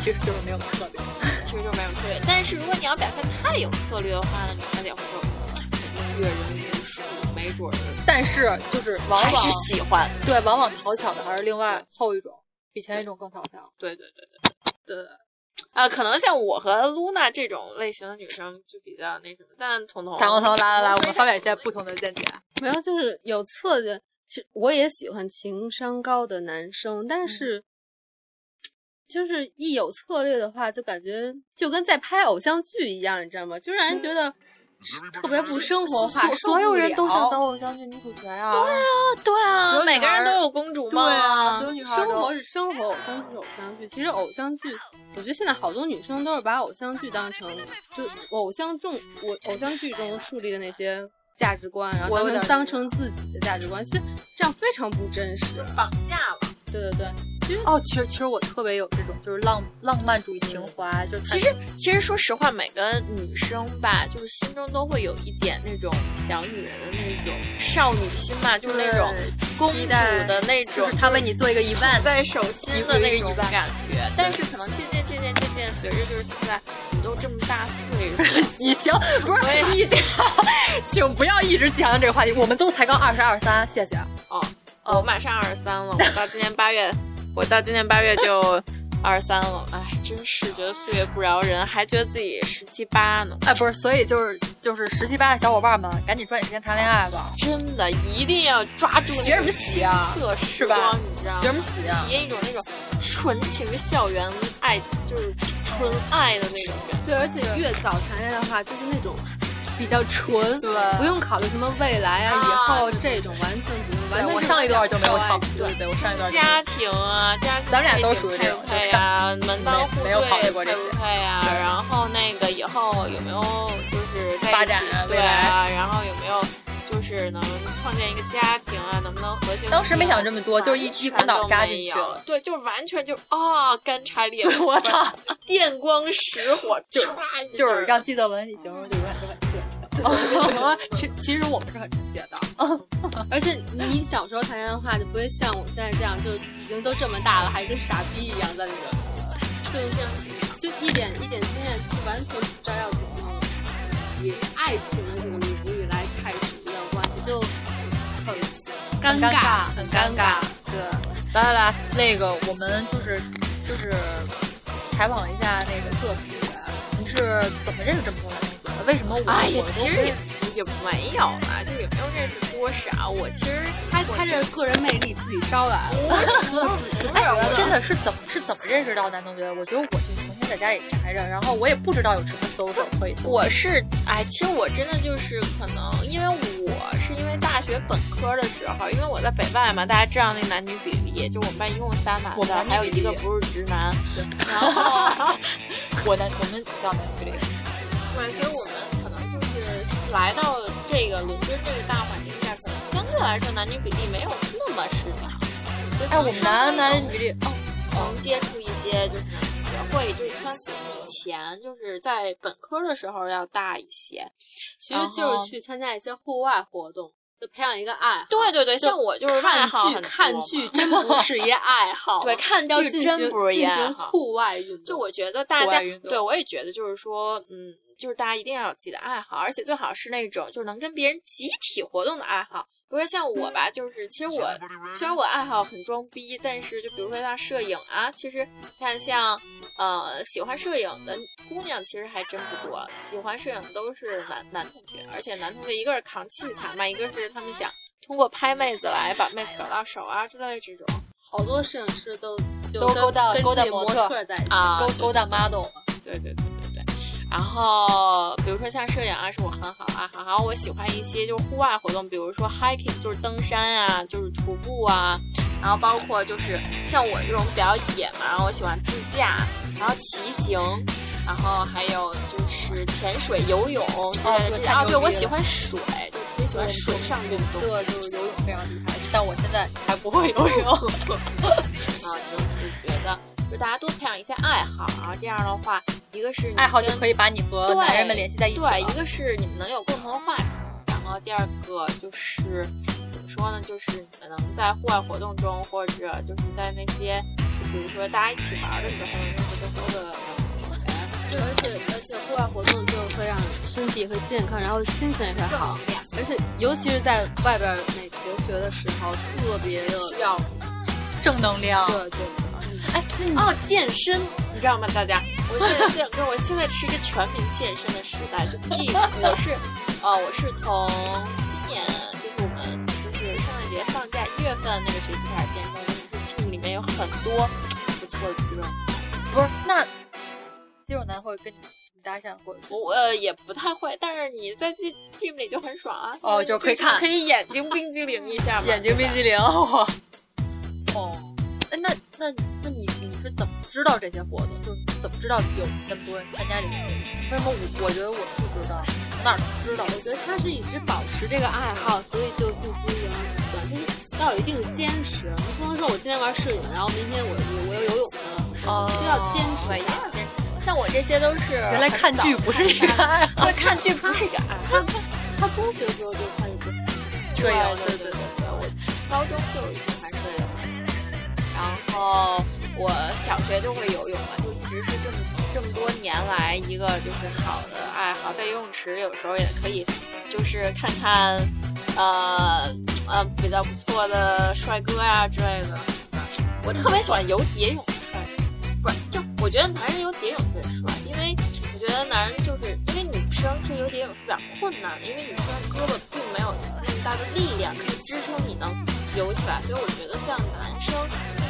[SPEAKER 2] 其实就是没有策略。
[SPEAKER 3] 其实就是没有策略。但是如果你要表现太有策略的话呢，女孩子也会说，嗯阅人无数，没准儿
[SPEAKER 2] 但是就是往
[SPEAKER 3] 还
[SPEAKER 2] 往
[SPEAKER 3] 是喜欢。
[SPEAKER 2] 对，往往讨巧的还是另外后一种，
[SPEAKER 4] 比前一种更讨巧。
[SPEAKER 2] 对对对对对，
[SPEAKER 3] 啊，可能像我和露娜这种类型的女生就比较那什么，但彤彤，
[SPEAKER 2] 大光头来来来，我们发表一些不同的见解。啊
[SPEAKER 4] 没有，就是有刺激。其实我也喜欢情商高的男生，
[SPEAKER 1] 嗯
[SPEAKER 4] 但是、就是一有策略的话，就感觉就跟在拍偶像剧一样，你知道吗？就让人觉得特别不生活化。
[SPEAKER 1] 嗯所
[SPEAKER 4] 受
[SPEAKER 1] 所有
[SPEAKER 4] 不
[SPEAKER 1] 人都想
[SPEAKER 4] 了
[SPEAKER 1] 当偶像剧女主角呀，对呀，
[SPEAKER 3] 对
[SPEAKER 1] 所
[SPEAKER 3] 啊，
[SPEAKER 1] 有
[SPEAKER 3] 每
[SPEAKER 1] 女
[SPEAKER 3] 个
[SPEAKER 1] 孩
[SPEAKER 3] 人
[SPEAKER 1] 儿
[SPEAKER 3] 都有公主梦
[SPEAKER 1] 对啊，所有女孩
[SPEAKER 4] 生
[SPEAKER 1] 儿都
[SPEAKER 4] 活是生活，偶像剧是偶像剧。其实偶像剧，我觉得现在好多女生都是把偶像剧当成就偶像中我偶像剧中树立的那些价值观，然后
[SPEAKER 1] 我有
[SPEAKER 4] 当
[SPEAKER 1] 点
[SPEAKER 4] 成当成自己的价值观，其实这样非常不真实。
[SPEAKER 3] 绑架吧。
[SPEAKER 4] 对对对，
[SPEAKER 1] 哦，其实其实我特别有这种就是浪浪漫主义情怀，就是
[SPEAKER 3] 其实，其实说实话，每个女生吧，就是心中都会有一点那种小女人的那种少女心嘛，就是那种公主的那
[SPEAKER 1] 就
[SPEAKER 3] 种
[SPEAKER 1] 是，他为你做一个一半，
[SPEAKER 3] 在手心的那种
[SPEAKER 1] 一个一
[SPEAKER 3] 感觉。但是可能渐渐渐渐渐渐，随着就是现在我们都这么大岁 数，
[SPEAKER 1] 你行不
[SPEAKER 3] 我
[SPEAKER 1] 是
[SPEAKER 3] 也
[SPEAKER 1] 你这，请不要一直讲这个话题，我们都才刚二十二三，谢谢。
[SPEAKER 3] 我哦马上二十三了，我到今年八月，我到今年八月就二十三了，哎，真是觉得岁月不饶人，还觉得自己十七八呢。
[SPEAKER 1] 哎，不是，所以就是就是十七八的小伙伴们，赶紧抓紧时间谈恋爱吧。
[SPEAKER 3] 真的一定要抓住
[SPEAKER 1] 学什么习啊
[SPEAKER 3] 色时
[SPEAKER 1] 是吧
[SPEAKER 3] 光，你知道吗？
[SPEAKER 1] 学什么习啊
[SPEAKER 3] 体验一种那种纯情校园爱，就是纯爱的那种感觉。
[SPEAKER 4] 对，而且越早谈恋爱的话，就是那种比较纯，
[SPEAKER 1] 对
[SPEAKER 4] 不用考虑什么未来啊、以
[SPEAKER 3] 啊
[SPEAKER 4] 后这种，完全不用。完
[SPEAKER 1] 对
[SPEAKER 4] 全
[SPEAKER 1] 我
[SPEAKER 4] 是
[SPEAKER 1] 上一段就没有
[SPEAKER 4] 爱
[SPEAKER 1] 考虑
[SPEAKER 4] 情，
[SPEAKER 1] 对对，我上一段就没有
[SPEAKER 3] 家庭啊，家庭
[SPEAKER 1] 咱们俩都属于这种
[SPEAKER 3] 配不配啊，门当户
[SPEAKER 1] 没
[SPEAKER 3] 对
[SPEAKER 1] 有考虑过这
[SPEAKER 3] 配
[SPEAKER 1] 些
[SPEAKER 3] 不配啊？
[SPEAKER 1] 对
[SPEAKER 3] 然后那个以后有没有就是在一起
[SPEAKER 1] 发展啊
[SPEAKER 3] 对
[SPEAKER 1] 未
[SPEAKER 3] 啊？然后有没有就是能创建一个家庭啊？能不能和谐？
[SPEAKER 1] 当时没想这么多，就是一
[SPEAKER 3] 完全
[SPEAKER 1] 一股脑
[SPEAKER 3] 都
[SPEAKER 1] 扎
[SPEAKER 3] 没
[SPEAKER 1] 进去
[SPEAKER 3] 有
[SPEAKER 1] 了。
[SPEAKER 3] 对，就是完全就啊、干柴烈 火，
[SPEAKER 1] 我操，
[SPEAKER 3] 电光 石火，
[SPEAKER 1] 就
[SPEAKER 3] 歘一
[SPEAKER 1] 就是
[SPEAKER 3] 下
[SPEAKER 1] 让季德文你形容就是很很切诚。其 其实我们是很纯洁的，
[SPEAKER 4] 而且你小时候谈恋爱的话，就不会像我现在这样，就已经都这么大了，还跟傻逼一样在那个，
[SPEAKER 3] 兴趣。
[SPEAKER 4] 就就一点一点经验，就完全不知道要怎么以爱情的这个弥补以来开始一段关系，就
[SPEAKER 2] 很
[SPEAKER 4] 很尴尬，
[SPEAKER 2] 很尴
[SPEAKER 4] 尴
[SPEAKER 2] 尬。对，来来来，那个我们就是就是采访一下那个各同学，你是怎么认识这么多男同学的？为什么我？
[SPEAKER 3] 哎呀
[SPEAKER 2] 我，都
[SPEAKER 3] 其实
[SPEAKER 2] 不
[SPEAKER 3] 也也没有啦，就也没有认识多少。我其实他
[SPEAKER 4] 他这个人魅力自己招 来了，啊
[SPEAKER 2] 哎，我真的是怎么是怎么认识到男同学的？我觉得我就成天在家里宅着，然后我也不知道有什么 social 可以做。
[SPEAKER 3] 我是哎，其实我真的就是可能，因为我是因为大学本科的时候，因为我在北外嘛，大家知道那男女比例，就我们班一共三男
[SPEAKER 2] 我们
[SPEAKER 3] 的，
[SPEAKER 2] 男女
[SPEAKER 3] 还有
[SPEAKER 2] 比例
[SPEAKER 3] 一个不是直男。
[SPEAKER 2] 对
[SPEAKER 3] 然后，
[SPEAKER 2] 我男我们学校男同学里，
[SPEAKER 3] 对，所以我们可能就是来到这个伦敦这个大环境下，可能相对来说男女比例没有那么失常。所以可
[SPEAKER 2] 哎，
[SPEAKER 3] 能
[SPEAKER 2] 我们
[SPEAKER 3] 稍微
[SPEAKER 2] 男男女
[SPEAKER 3] 能
[SPEAKER 2] 比例
[SPEAKER 3] 能接触一些就是学会就是圈子以前就是在本科的时候要大一些。
[SPEAKER 4] 其实就是去参加一些户外活动，就培养一个爱好。
[SPEAKER 3] 对对对，像我就是爱好
[SPEAKER 4] 看
[SPEAKER 3] 很
[SPEAKER 4] 剧，
[SPEAKER 3] 多
[SPEAKER 4] 看
[SPEAKER 3] 嘛
[SPEAKER 4] 剧真不 是一爱好，啊
[SPEAKER 3] 对看
[SPEAKER 4] 要
[SPEAKER 3] 剧
[SPEAKER 4] 进
[SPEAKER 3] 真
[SPEAKER 4] 行
[SPEAKER 3] 不是一
[SPEAKER 4] 进
[SPEAKER 3] 爱
[SPEAKER 4] 行
[SPEAKER 3] 好
[SPEAKER 4] 户外运动。
[SPEAKER 3] 就我觉得大
[SPEAKER 2] 户
[SPEAKER 3] 家
[SPEAKER 2] 外运动
[SPEAKER 3] 对我也觉得就是说，嗯，就是大家一定要有自己的爱好，而且最好是那种就是能跟别人集体活动的爱好。比如说像我吧，就是其实我虽然我爱好很装逼，但是就比如说像摄影啊，其实你看像呃喜欢摄影的姑娘其实还真不多，喜欢摄影的都是男男同学，而且男同学一个是扛器材嘛，一个是他们想通过拍妹子来把妹子搞到手啊之类的这种
[SPEAKER 4] 好多摄影师都就
[SPEAKER 2] 都
[SPEAKER 4] 跟
[SPEAKER 2] 勾搭
[SPEAKER 4] 跟
[SPEAKER 2] 勾搭
[SPEAKER 4] 自己
[SPEAKER 2] 模
[SPEAKER 4] 模
[SPEAKER 2] 特
[SPEAKER 4] 在一起。
[SPEAKER 3] 啊
[SPEAKER 2] 勾勾搭 model 嘛，
[SPEAKER 3] 对对对对对。然后，比如说像摄影啊，是我很好啊，然后我喜欢一些就是户外活动，比如说 hiking，就是登山啊，就是徒步啊，然后包括就是像我这种比较野嘛，然后我喜欢自驾，然后骑行，然后还有就是潜水、游泳之类的
[SPEAKER 2] 哦对
[SPEAKER 3] 这些
[SPEAKER 2] 太
[SPEAKER 3] 啊。
[SPEAKER 2] 牛
[SPEAKER 3] 对，
[SPEAKER 2] 逼
[SPEAKER 3] 我
[SPEAKER 2] 了
[SPEAKER 3] 喜欢水，就特别喜欢水上运动
[SPEAKER 2] 这就是游泳非常厉害，像我现在还不会游泳。
[SPEAKER 3] 啊，就是觉得就大家多培养一些爱好，然后这样的话，一个是你
[SPEAKER 2] 爱好就
[SPEAKER 3] 跟
[SPEAKER 2] 可以把你和男人们联系在一起了。
[SPEAKER 3] 对，一个是你们能有共同的话题，然后第二个就是怎么说呢，就是你们能在户外活动中，或者就是在那些，就比如说大家一起玩的时候，能有更多的
[SPEAKER 4] 对，而且而且户外活动就是会让身体会健康，然后心情也会
[SPEAKER 3] 正
[SPEAKER 4] 好
[SPEAKER 3] 能，量，
[SPEAKER 4] 而且尤其是在外边那留学的时候，特别的
[SPEAKER 3] 需要
[SPEAKER 2] 正能量。
[SPEAKER 4] 对对，
[SPEAKER 3] 哎哦，健身，你知道吗？大 家，我现在健哥，我现在是一个全民健身的时代，就这一，我是，呃，我是从今年就是我们就是圣诞节放假一月份那个学期开始健身，就是这个里面有很多不错的肌肉，
[SPEAKER 1] 不是，那肌肉男会跟你搭讪或者
[SPEAKER 3] 我我呃也不太会，但是你在这 dream 里就很爽啊，
[SPEAKER 2] 哦就可以看
[SPEAKER 3] 可以眼睛冰激凌一下 嘛，
[SPEAKER 2] 眼睛
[SPEAKER 3] 对
[SPEAKER 2] 冰
[SPEAKER 3] 吧
[SPEAKER 2] 激凌，哇
[SPEAKER 1] 哦，哎，那那那你你是怎么知道这些活动？就是怎么知道有那么多人参加这个活动？为什么我我觉得我不知道，哪儿知道？
[SPEAKER 4] 我觉得他是一直保持这个爱好，所以就信息源源不断，就是要有一定的坚持。你不能说我今天玩摄影，然后明天我我我又游泳了，
[SPEAKER 3] 哦，
[SPEAKER 4] 就要坚持
[SPEAKER 3] 对要坚持啊像我这些都是
[SPEAKER 2] 原来
[SPEAKER 3] 很
[SPEAKER 2] 看
[SPEAKER 3] 早
[SPEAKER 2] 剧不是一
[SPEAKER 3] 看
[SPEAKER 2] 个
[SPEAKER 3] 的
[SPEAKER 2] 爱好，
[SPEAKER 3] 对，看剧不是一个爱好。
[SPEAKER 4] 他中学的时候就开始不
[SPEAKER 3] 对
[SPEAKER 2] 对
[SPEAKER 3] 对对对对，我高中就喜欢摄影了，其实然后我小学就会游泳嘛，就一直是这么这么多年来一个就是好的爱好，在游泳池有时候也可以就是看看呃呃比较不错的帅哥呀、之类的。我特别喜欢游蝶泳，不是就我觉得男人游蝶泳特别帅，因为我觉得男人就是因为女生其实游蝶泳是比较困难的，因为女生的胳膊并没有那么大的力量去支撑你能游起来，所以我觉得像男生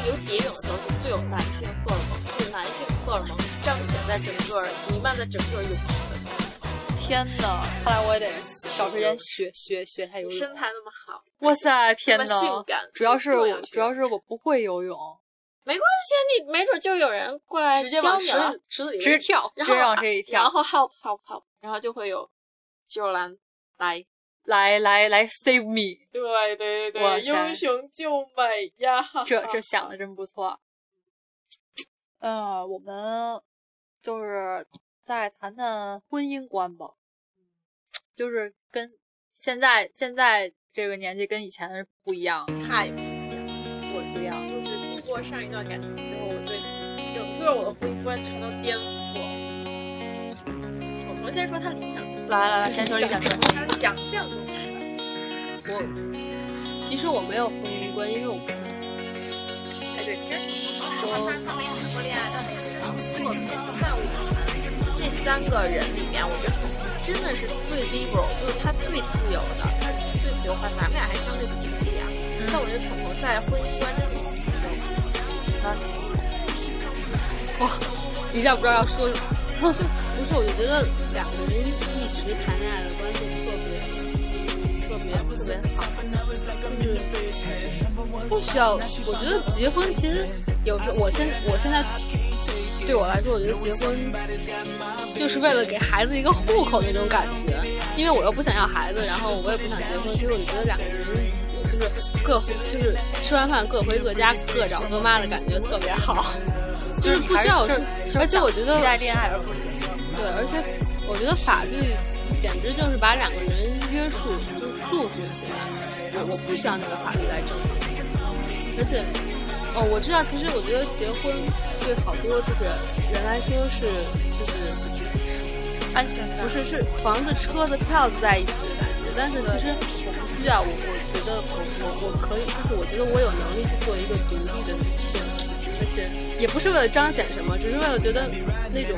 [SPEAKER 3] 游蝶泳的时候就最有男性荷尔蒙，就是男性荷尔蒙彰显在整个弥漫在整个泳池。
[SPEAKER 2] 天哪！看来我也得找时间学学学下游
[SPEAKER 3] 你
[SPEAKER 2] 泳
[SPEAKER 3] 身。材那么好，
[SPEAKER 2] 哇塞，天
[SPEAKER 3] 那么性
[SPEAKER 2] 哪！
[SPEAKER 3] 感，
[SPEAKER 2] 主要是
[SPEAKER 3] 多
[SPEAKER 2] 我
[SPEAKER 3] 有趣
[SPEAKER 2] 主要是我不会游泳，
[SPEAKER 3] 没关系，啊你没准就有人过来
[SPEAKER 4] 直接
[SPEAKER 3] 教
[SPEAKER 4] 往
[SPEAKER 3] 你
[SPEAKER 4] 池
[SPEAKER 3] 了。
[SPEAKER 4] 子池子里
[SPEAKER 2] 直接跳，直
[SPEAKER 3] 然
[SPEAKER 2] 接
[SPEAKER 3] 后
[SPEAKER 2] 往这一
[SPEAKER 3] 然
[SPEAKER 2] 跳，
[SPEAKER 3] 后 help help help，然后就会有肌肉男来。
[SPEAKER 2] 来来来，save me！
[SPEAKER 3] 对对
[SPEAKER 2] 哇塞
[SPEAKER 3] 雄救美呀！
[SPEAKER 2] 这这想的真不错。呃，我们就是再谈谈婚姻观吧，就是跟现在现在这个年纪跟以前是不一样，
[SPEAKER 3] 太
[SPEAKER 2] 我不一样。
[SPEAKER 3] 就是经过上一段感情之后，我对整个我的婚姻观全都颠覆了。我先说他理想中，
[SPEAKER 2] 来来来，先说理想中。
[SPEAKER 3] 他想象中的
[SPEAKER 4] 其实我没有婚姻观，因为我不想结婚。
[SPEAKER 3] 哎，对，其实说他没谈过恋爱，但是特别在我们这三个人里面，我觉得真的是最 liberal，就是他最自由的，他是最自由的。咱们俩还相对比较一样，但我觉得统统在婚姻观这里，
[SPEAKER 4] 一下不知道要说什么。 不是，我就觉得两个人一直谈恋爱的关系特别特别特别好，就是不需要。我觉得结婚其实有时我现我现在对我来说，我觉得结婚就是为了给孩子一个户口那种感觉，因为我又不想要孩子，然后我也不想结婚，所以我就觉得两个人一起就是各回就是吃完饭各回各家，各找各妈的感觉特别好。就是不需要，而且我觉得
[SPEAKER 2] 期待恋爱而不是
[SPEAKER 4] 对，而且我觉得法律简直就是把两个人约束就是束缚起来，我我不需要那个法律来证明。而且，哦，我知道，其实我觉得结婚对好多就是人来说是就是
[SPEAKER 2] 安全感
[SPEAKER 4] 不。是是房子、车子、票子在一起的感觉，但是其实我不需要，我我觉得我我我可以，就是我觉得我有能力去做一个独立的女性，而且也不是为了彰显什么，只是为了觉得那种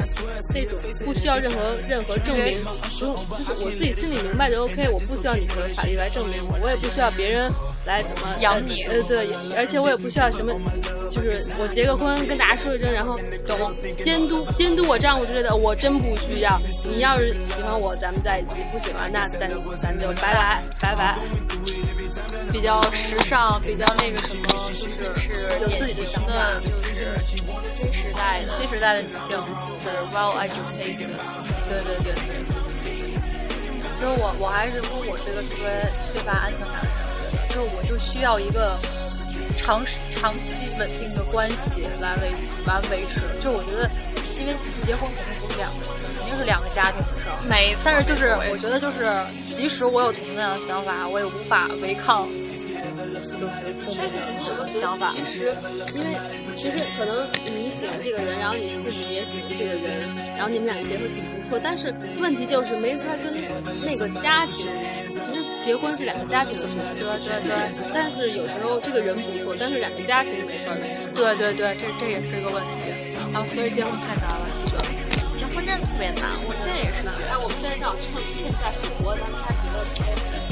[SPEAKER 4] 那种不需要任何任何证明，不用就是我自己心里明白就 OK，我不需要你和法律来证明我，我也不需要别人来什么
[SPEAKER 2] 养你
[SPEAKER 4] 呃对，也而且我也不需要什么。就是我结个婚跟大家说一声，然后懂监督监督我丈夫之类的，我真不需要。你要是喜欢我，咱们在一起；不喜欢，那咱咱就拜拜拜拜。
[SPEAKER 2] 比较时尚，比较那个什么，就是
[SPEAKER 3] 是
[SPEAKER 2] 有自
[SPEAKER 3] 典
[SPEAKER 2] 己的
[SPEAKER 3] 型
[SPEAKER 2] 想法
[SPEAKER 3] 的，就是新时代的，
[SPEAKER 2] 新时代的女性，
[SPEAKER 3] 就是 well educated。
[SPEAKER 2] 对对对对。其实我我还是因为我这个缺缺乏安全感的人，我觉得就是我就需要一个长时长期稳定的关系来维来维持。就我觉得，因为结婚肯定不是两个人，肯定是两个家庭的事儿。
[SPEAKER 3] 没错，
[SPEAKER 2] 但是就是我觉得就是，即使我有同样的想法，我也无法违抗，就
[SPEAKER 1] 就没父母的想法。
[SPEAKER 4] 其实，因为其实可能你喜欢这个人，然后你父母也喜欢这个人，然后你们俩结合挺不错，但是问题就是没法跟那个家庭。其实结婚是两个家庭的事，对对对。但是有时候这个人不错，但是两个家庭没法儿。
[SPEAKER 2] 对对对，这这也是一个问题。然后所以结婚太难了，你觉得？
[SPEAKER 3] 结婚真的特别难，我现在也是。哎，我们现在正好趁趁在中国咱们家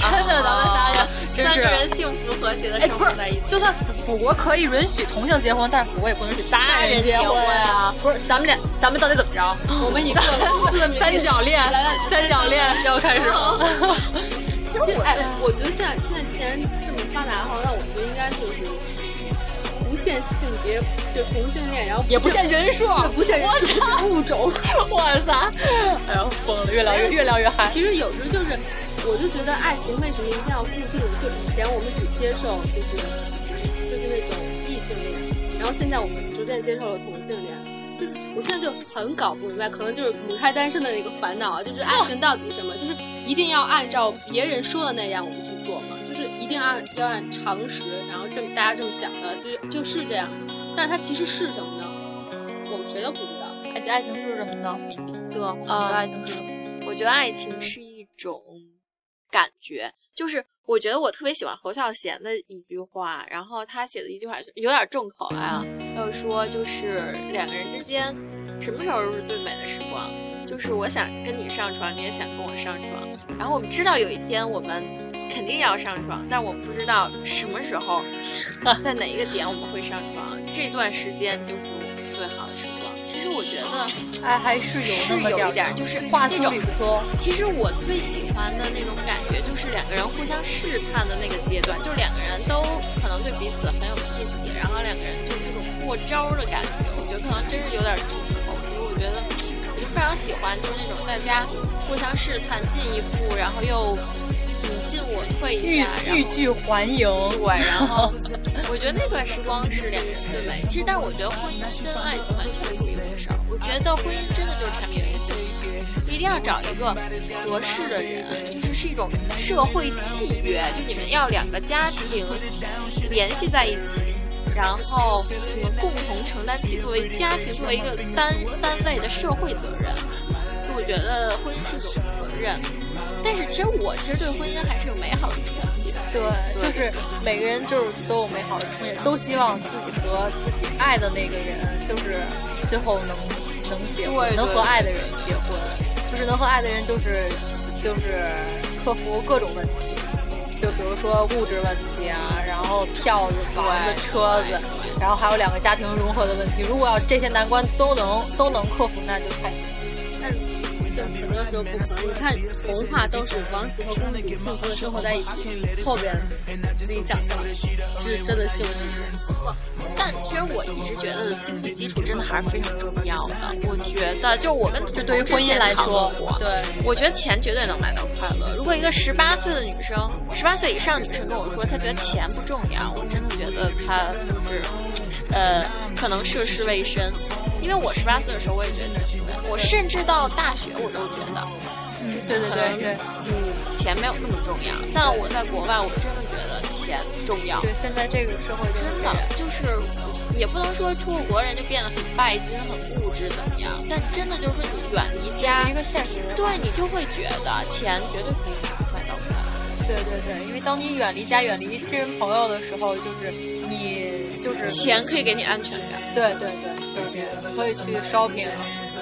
[SPEAKER 3] 真的，咱们仨人
[SPEAKER 2] 啊真
[SPEAKER 3] 三
[SPEAKER 2] 是
[SPEAKER 3] 个人幸福和谐的
[SPEAKER 2] 哎，
[SPEAKER 3] 生
[SPEAKER 2] 不
[SPEAKER 3] 活
[SPEAKER 2] 是
[SPEAKER 3] 在一起，，
[SPEAKER 2] 就算腐国可以允许同性结婚，但是腐国也不允许仨人结婚啊！不是，咱们俩，咱们到底怎么 着？
[SPEAKER 4] 我们以各各民
[SPEAKER 2] 三角恋，三角恋要开始了。
[SPEAKER 4] 其实，哎，我觉得现在现在既然这么发达的话，那我们就应该就是不限性别，就同性恋，然后
[SPEAKER 2] 也不限人数，
[SPEAKER 4] 对不限人数不限物种。
[SPEAKER 2] 哇塞！哎呀，疯了，越聊越越聊越嗨。
[SPEAKER 4] 其实有时候就是，我就觉得爱情为什么一定要固定？就以前我们只接受就是就是那种异性恋，然后现在我们逐渐接受了同性恋。就是我现在就很搞不明白，可能就是母胎单身的那个烦恼啊，就是爱情到底是什么？就是一定要按照别人说的那样我们去做嘛，就是一定按要按常识，然后这么大家这么想的，就就是这样。但是它其实是什么呢？我们谁都不知道。
[SPEAKER 2] 爱爱情是什么呢？
[SPEAKER 3] 就
[SPEAKER 2] 啊，
[SPEAKER 3] 啊
[SPEAKER 2] 爱情是什么？
[SPEAKER 3] 我觉得爱情是一种感觉，就是我觉得我特别喜欢侯孝贤的一句话，然后他写的一句话有点重口啊，要说就是两个人之间什么时候是最美的时光？就是我想跟你上床，你也想跟我上床，然后我们知道有一天我们肯定要上床，但我们不知道什么时候，在哪一个点我们会上床，这段时间就是最好的时光。其实我觉得。
[SPEAKER 2] 哎，还是有那么
[SPEAKER 3] 是有一
[SPEAKER 2] 点
[SPEAKER 3] 点
[SPEAKER 2] 儿
[SPEAKER 3] 儿，就是
[SPEAKER 2] 话
[SPEAKER 3] 那
[SPEAKER 2] 术
[SPEAKER 3] 种
[SPEAKER 2] 里不错。
[SPEAKER 3] 其实我最喜欢的那种感觉，就是两个人互相试探的那个阶段，就是两个人都可能对彼此很有意思，然后两个人就是这种过招儿的感觉。我觉得可能真是有点重口，因为我觉得我就非常喜欢，就是那种大家互相试探，进一步，然后又你进我退一
[SPEAKER 2] 欲
[SPEAKER 3] 下，然
[SPEAKER 2] 欲
[SPEAKER 3] 后。
[SPEAKER 2] 拒还迎，
[SPEAKER 3] 对，然后我觉得那段时光是两个人最美。其实，但是我觉得婚姻跟爱情完全不一回事儿。我觉得婚姻真的就是产品经济，一定要找一个合适的人，就是是一种社会契约，就你们要两个家庭联系在一起。然后你们共同承担起作为家庭、作为一个单单位的社会责任，就我觉得婚姻是一种责任。但是其实我其实对婚姻还是有美好的憧憬的。
[SPEAKER 2] 对，就是每个人就是都有美好的憧憬，都希望自己和自己爱的那个人，就是最后能能结婚，
[SPEAKER 3] 对
[SPEAKER 2] 能和
[SPEAKER 3] 对
[SPEAKER 2] 爱的人结婚，就是能和爱的人就是就是克服各种问题，就比如说物质问题啊，然后票子、房子、车子，然后还有两个家庭融合的问题。如果要这些难关都能都能克服，那就太
[SPEAKER 4] 对，很多时候不可能。你看童话都是王子和公主幸福的生活在一起，后边自己想象是真的幸福。
[SPEAKER 3] 但其实我一直觉得经济基础真的还是非常重要的。我觉得，就我跟
[SPEAKER 2] 就对于婚姻来说，对。
[SPEAKER 3] 我觉得钱绝对能买到快乐。如果一个十八岁的女生，十八岁以上女生跟我说她觉得钱不重要，我真的觉得她就是，呃，可能涉世未深。因为我十八岁的时候，我也觉得钱不重要，我甚至到大学我都觉得
[SPEAKER 2] 对对对对
[SPEAKER 3] 嗯钱没有那么重要。但我在国外，我真的觉得钱重要。
[SPEAKER 2] 对，现在这个社会真
[SPEAKER 3] 真的就是，也不能说出国人就变得很拜金、很物质怎么样，但真的就是你远离家，
[SPEAKER 2] 一个现实的
[SPEAKER 3] 对你就会觉得钱绝对可以买到快乐。
[SPEAKER 2] 对对对，因为当你远离家、远离亲人朋友的时候，就是你就是，
[SPEAKER 3] 钱可以给你安全感，
[SPEAKER 2] 对对对，就是这样。你可以去 shopping，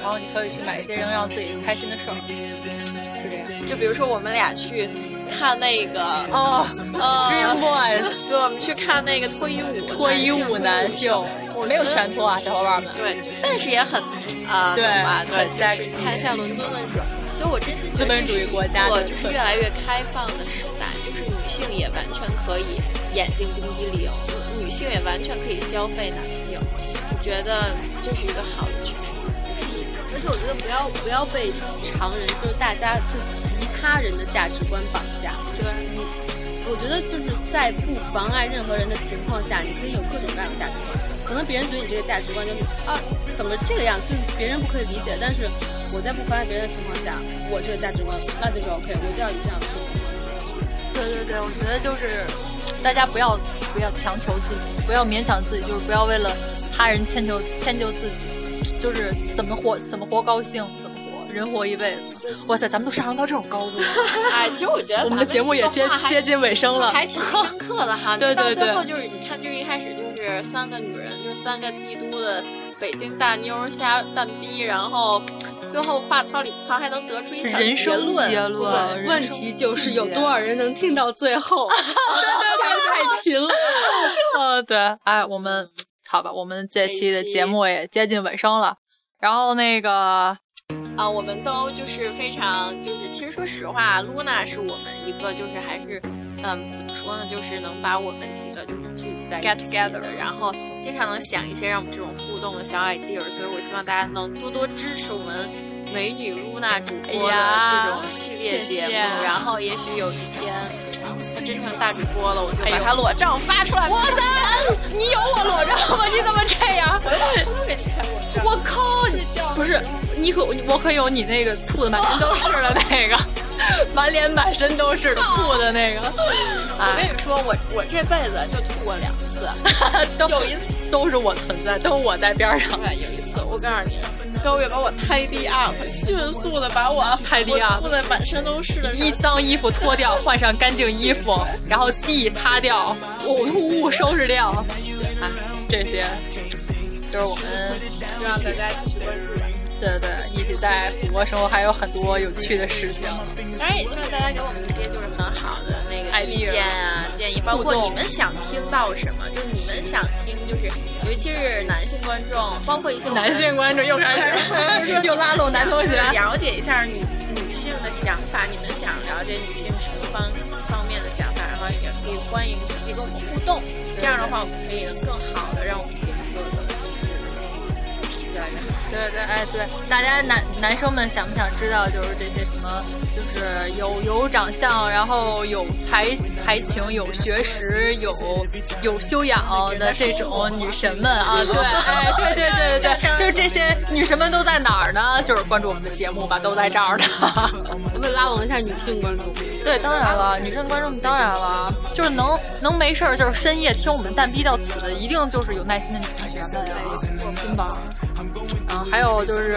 [SPEAKER 2] 然后你可以去买一些能让自己开心的事儿，是这样。
[SPEAKER 3] 就比如说我们俩去看那个，
[SPEAKER 2] 哦
[SPEAKER 3] 呃，
[SPEAKER 2] Boys
[SPEAKER 3] 对，我们去看那个脱衣舞，
[SPEAKER 2] 脱衣舞男性，我没有全脱啊，小伙伴们。
[SPEAKER 3] 对，就但是也很啊，
[SPEAKER 2] 对
[SPEAKER 3] 懂吧？对，
[SPEAKER 2] 很
[SPEAKER 3] 就
[SPEAKER 2] 在嗯
[SPEAKER 3] 是你看像伦敦那种，所以我真心觉
[SPEAKER 2] 资
[SPEAKER 3] 得
[SPEAKER 2] 本
[SPEAKER 3] 这
[SPEAKER 2] 主
[SPEAKER 3] 是
[SPEAKER 2] 义
[SPEAKER 3] 一
[SPEAKER 2] 国家
[SPEAKER 3] 个
[SPEAKER 2] 的
[SPEAKER 3] 就是
[SPEAKER 2] 对
[SPEAKER 3] 越来越开放的时代，就是女性也完全可以眼睛攻击力哦，女性也完全可以消费男性，我觉得这是一个好的趋势。
[SPEAKER 4] 而且我觉得不要不要被常人，就是大家就其他人的价值观绑架。
[SPEAKER 3] 对，
[SPEAKER 4] 我觉得就是在不妨碍任何人的情况下，你可以有各种各样的价值观。可能别人觉得你这个价值观就是啊，怎么这个样，就是别人不可以理解。但是我在不妨碍别人的情况下，我这个价值观那就是 OK，我就要以这样的生活。
[SPEAKER 2] 对对对，我觉得就是大家不要不要强求自己，不要勉强自己，就是不要为了他人迁就迁就自己，就是怎么活怎么活高兴怎么活，人活一辈子。哇塞，咱们都上升到这种高度了，
[SPEAKER 3] 哎，其实我觉得
[SPEAKER 2] 我们的节目也接接近尾声了。
[SPEAKER 3] 还挺深刻的哈。
[SPEAKER 2] 对对
[SPEAKER 3] 就到
[SPEAKER 2] 对
[SPEAKER 3] 最后就是你看，就是一开始就是三个女人，就是三个帝都的北京大妞儿瞎蛋逼，然后最后跨操里操还能得出一小
[SPEAKER 2] 人生
[SPEAKER 3] 论。
[SPEAKER 2] 结
[SPEAKER 3] 对
[SPEAKER 2] 论，
[SPEAKER 4] 问
[SPEAKER 2] 人生
[SPEAKER 4] 题就是
[SPEAKER 2] 境
[SPEAKER 4] 有
[SPEAKER 2] 界
[SPEAKER 4] 多少人能听到 最后？太贫了。
[SPEAKER 2] 呃，对，哎，我们好吧，我们这
[SPEAKER 3] 这一
[SPEAKER 2] 期的
[SPEAKER 3] 期
[SPEAKER 2] 节目也接近尾声了。然后那个，
[SPEAKER 3] 啊，我们都就是非常就是，其实说实话，Luna 是我们一个就是还是，嗯，怎么说呢，就是能把我们几个就是聚集在
[SPEAKER 2] Get
[SPEAKER 3] 一起的
[SPEAKER 2] together
[SPEAKER 3] 然后经常能想一些让我们这种互动的小 idea，所以我希望大家能多多支持我们美女 Luna 主播
[SPEAKER 2] 哎
[SPEAKER 3] 的
[SPEAKER 2] 呀
[SPEAKER 3] 这种系列节目，
[SPEAKER 2] 谢谢
[SPEAKER 3] 然后也许有一天。我真成大主播了，我就
[SPEAKER 2] 哎
[SPEAKER 3] 把
[SPEAKER 2] 呦
[SPEAKER 3] 她裸照发出来。
[SPEAKER 2] 哇塞，你有我裸照吗？你怎么这样？
[SPEAKER 3] 回来偷偷给你看裸照。
[SPEAKER 2] 我靠！你不是你可我可有你那个吐的满身都是的那个，满脸满身都是的吐的那个，啊
[SPEAKER 3] 我跟你说，我我这辈子就吐过两次。
[SPEAKER 2] 都
[SPEAKER 3] 有一次
[SPEAKER 2] 都是我存在，都我在边上。
[SPEAKER 3] 对，有一次我告诉你，高月把我 tidy up，迅
[SPEAKER 2] 啊
[SPEAKER 3] 速的把我
[SPEAKER 2] tidy up
[SPEAKER 3] 我吐的满身都是的时
[SPEAKER 2] 衣
[SPEAKER 3] 候，
[SPEAKER 2] 脏衣服脱掉，换上干净衣服，然后地擦掉，呕吐物收拾掉，啊，这些就是我们
[SPEAKER 3] 就让大家继续关注吧。
[SPEAKER 2] 对对一起在补播生活还有很多有趣的事情。
[SPEAKER 3] 当然也希望大家给我们一些就是很好的那个
[SPEAKER 2] Idea
[SPEAKER 3] 意见啊、建议，包
[SPEAKER 2] 互
[SPEAKER 3] 括
[SPEAKER 2] 动
[SPEAKER 3] 你们想听到什么，就是你们想听，就是尤其是男性观众，包括一些我们
[SPEAKER 2] 男性 观众又开
[SPEAKER 3] 就是 说
[SPEAKER 2] 始又拉拢男同学
[SPEAKER 3] 想。了解一下女女性的想法，你们想了解女性什么方方面的想法，然后也可以欢迎积极跟我们互动。这样的话，我们可以能更好的让我们自己做的越来越好。
[SPEAKER 2] 对对，哎对，大家男男生们想不想知道就是这些什么，就是有有长相，然后有才才情，有学识，有有修养的这种女神们啊？对，哎对对对对对，就是这些女神们都在哪儿呢？就是关注我们的节目吧，都在这儿呢。
[SPEAKER 4] 我们拉拢一下女性观众，
[SPEAKER 2] 对，当然了，女生观众当然了，就是能能没事儿就是深夜听我们蛋逼到此的，一定就是有耐心的女同学们啊，真棒。嗯，还有就是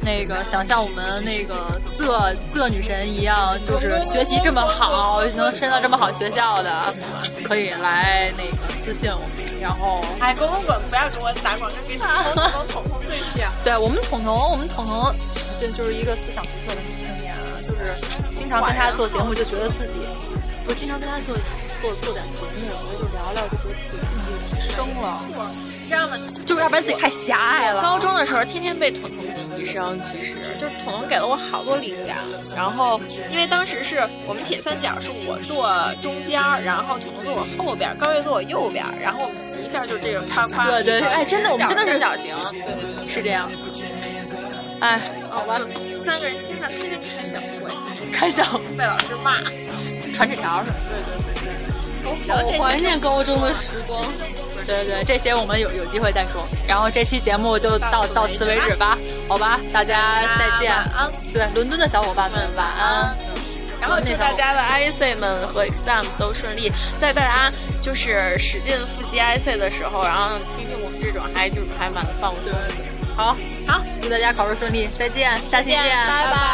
[SPEAKER 2] 那个想像我们那个这这女神一样，就是学习这么好，能升到这么好学校的，可以来那个私信我们，然后。
[SPEAKER 3] 哎，滚滚滚，不要给我打广告，给你我们统统对 象。
[SPEAKER 2] 对我们彤彤，我们彤彤，这就是一个思想不错的女青年啊，就是经常跟他做节目，就觉得自己，我经常跟他做做做点节目，我就聊聊，就觉得自己自己生了，
[SPEAKER 3] 你知道吗？
[SPEAKER 2] 就是要不然自己太狭隘了。
[SPEAKER 3] 高中的时候，天天被彤彤提升，其实就是彤彤给了我好多灵感。然后，因为当时是我们铁三角是我坐中间儿，然后彤彤坐我后边儿，高月坐我右边儿，然后我们一下就这种夸夸。
[SPEAKER 2] 对对对哎真的我们真的是
[SPEAKER 3] 三角形，对对对，
[SPEAKER 2] 是这样。哎，
[SPEAKER 3] 好吧，三个人经常天天开小会，
[SPEAKER 2] 开小
[SPEAKER 3] 被老师骂。
[SPEAKER 2] 传纸条什么
[SPEAKER 3] 然后这
[SPEAKER 4] 怀
[SPEAKER 3] 些
[SPEAKER 4] 念高中的时光。
[SPEAKER 2] 的。对对，这些我们有有机会再说。然后这期节目就到到
[SPEAKER 3] 到
[SPEAKER 2] 此
[SPEAKER 3] 此
[SPEAKER 2] 为
[SPEAKER 3] 为
[SPEAKER 2] 止
[SPEAKER 3] 止
[SPEAKER 2] 吧，好吧，大家再见。
[SPEAKER 3] 晚安。
[SPEAKER 2] 对，伦敦的小伙伴们晚安。
[SPEAKER 3] 然后祝大家的 IC 们和 exams 都顺利，在大家就是使劲复习 IC 的时候，然后听听我们这种还就是还蛮放松的。
[SPEAKER 2] 好，好，祝大家考试顺利，再见，下期见，
[SPEAKER 3] 啊拜拜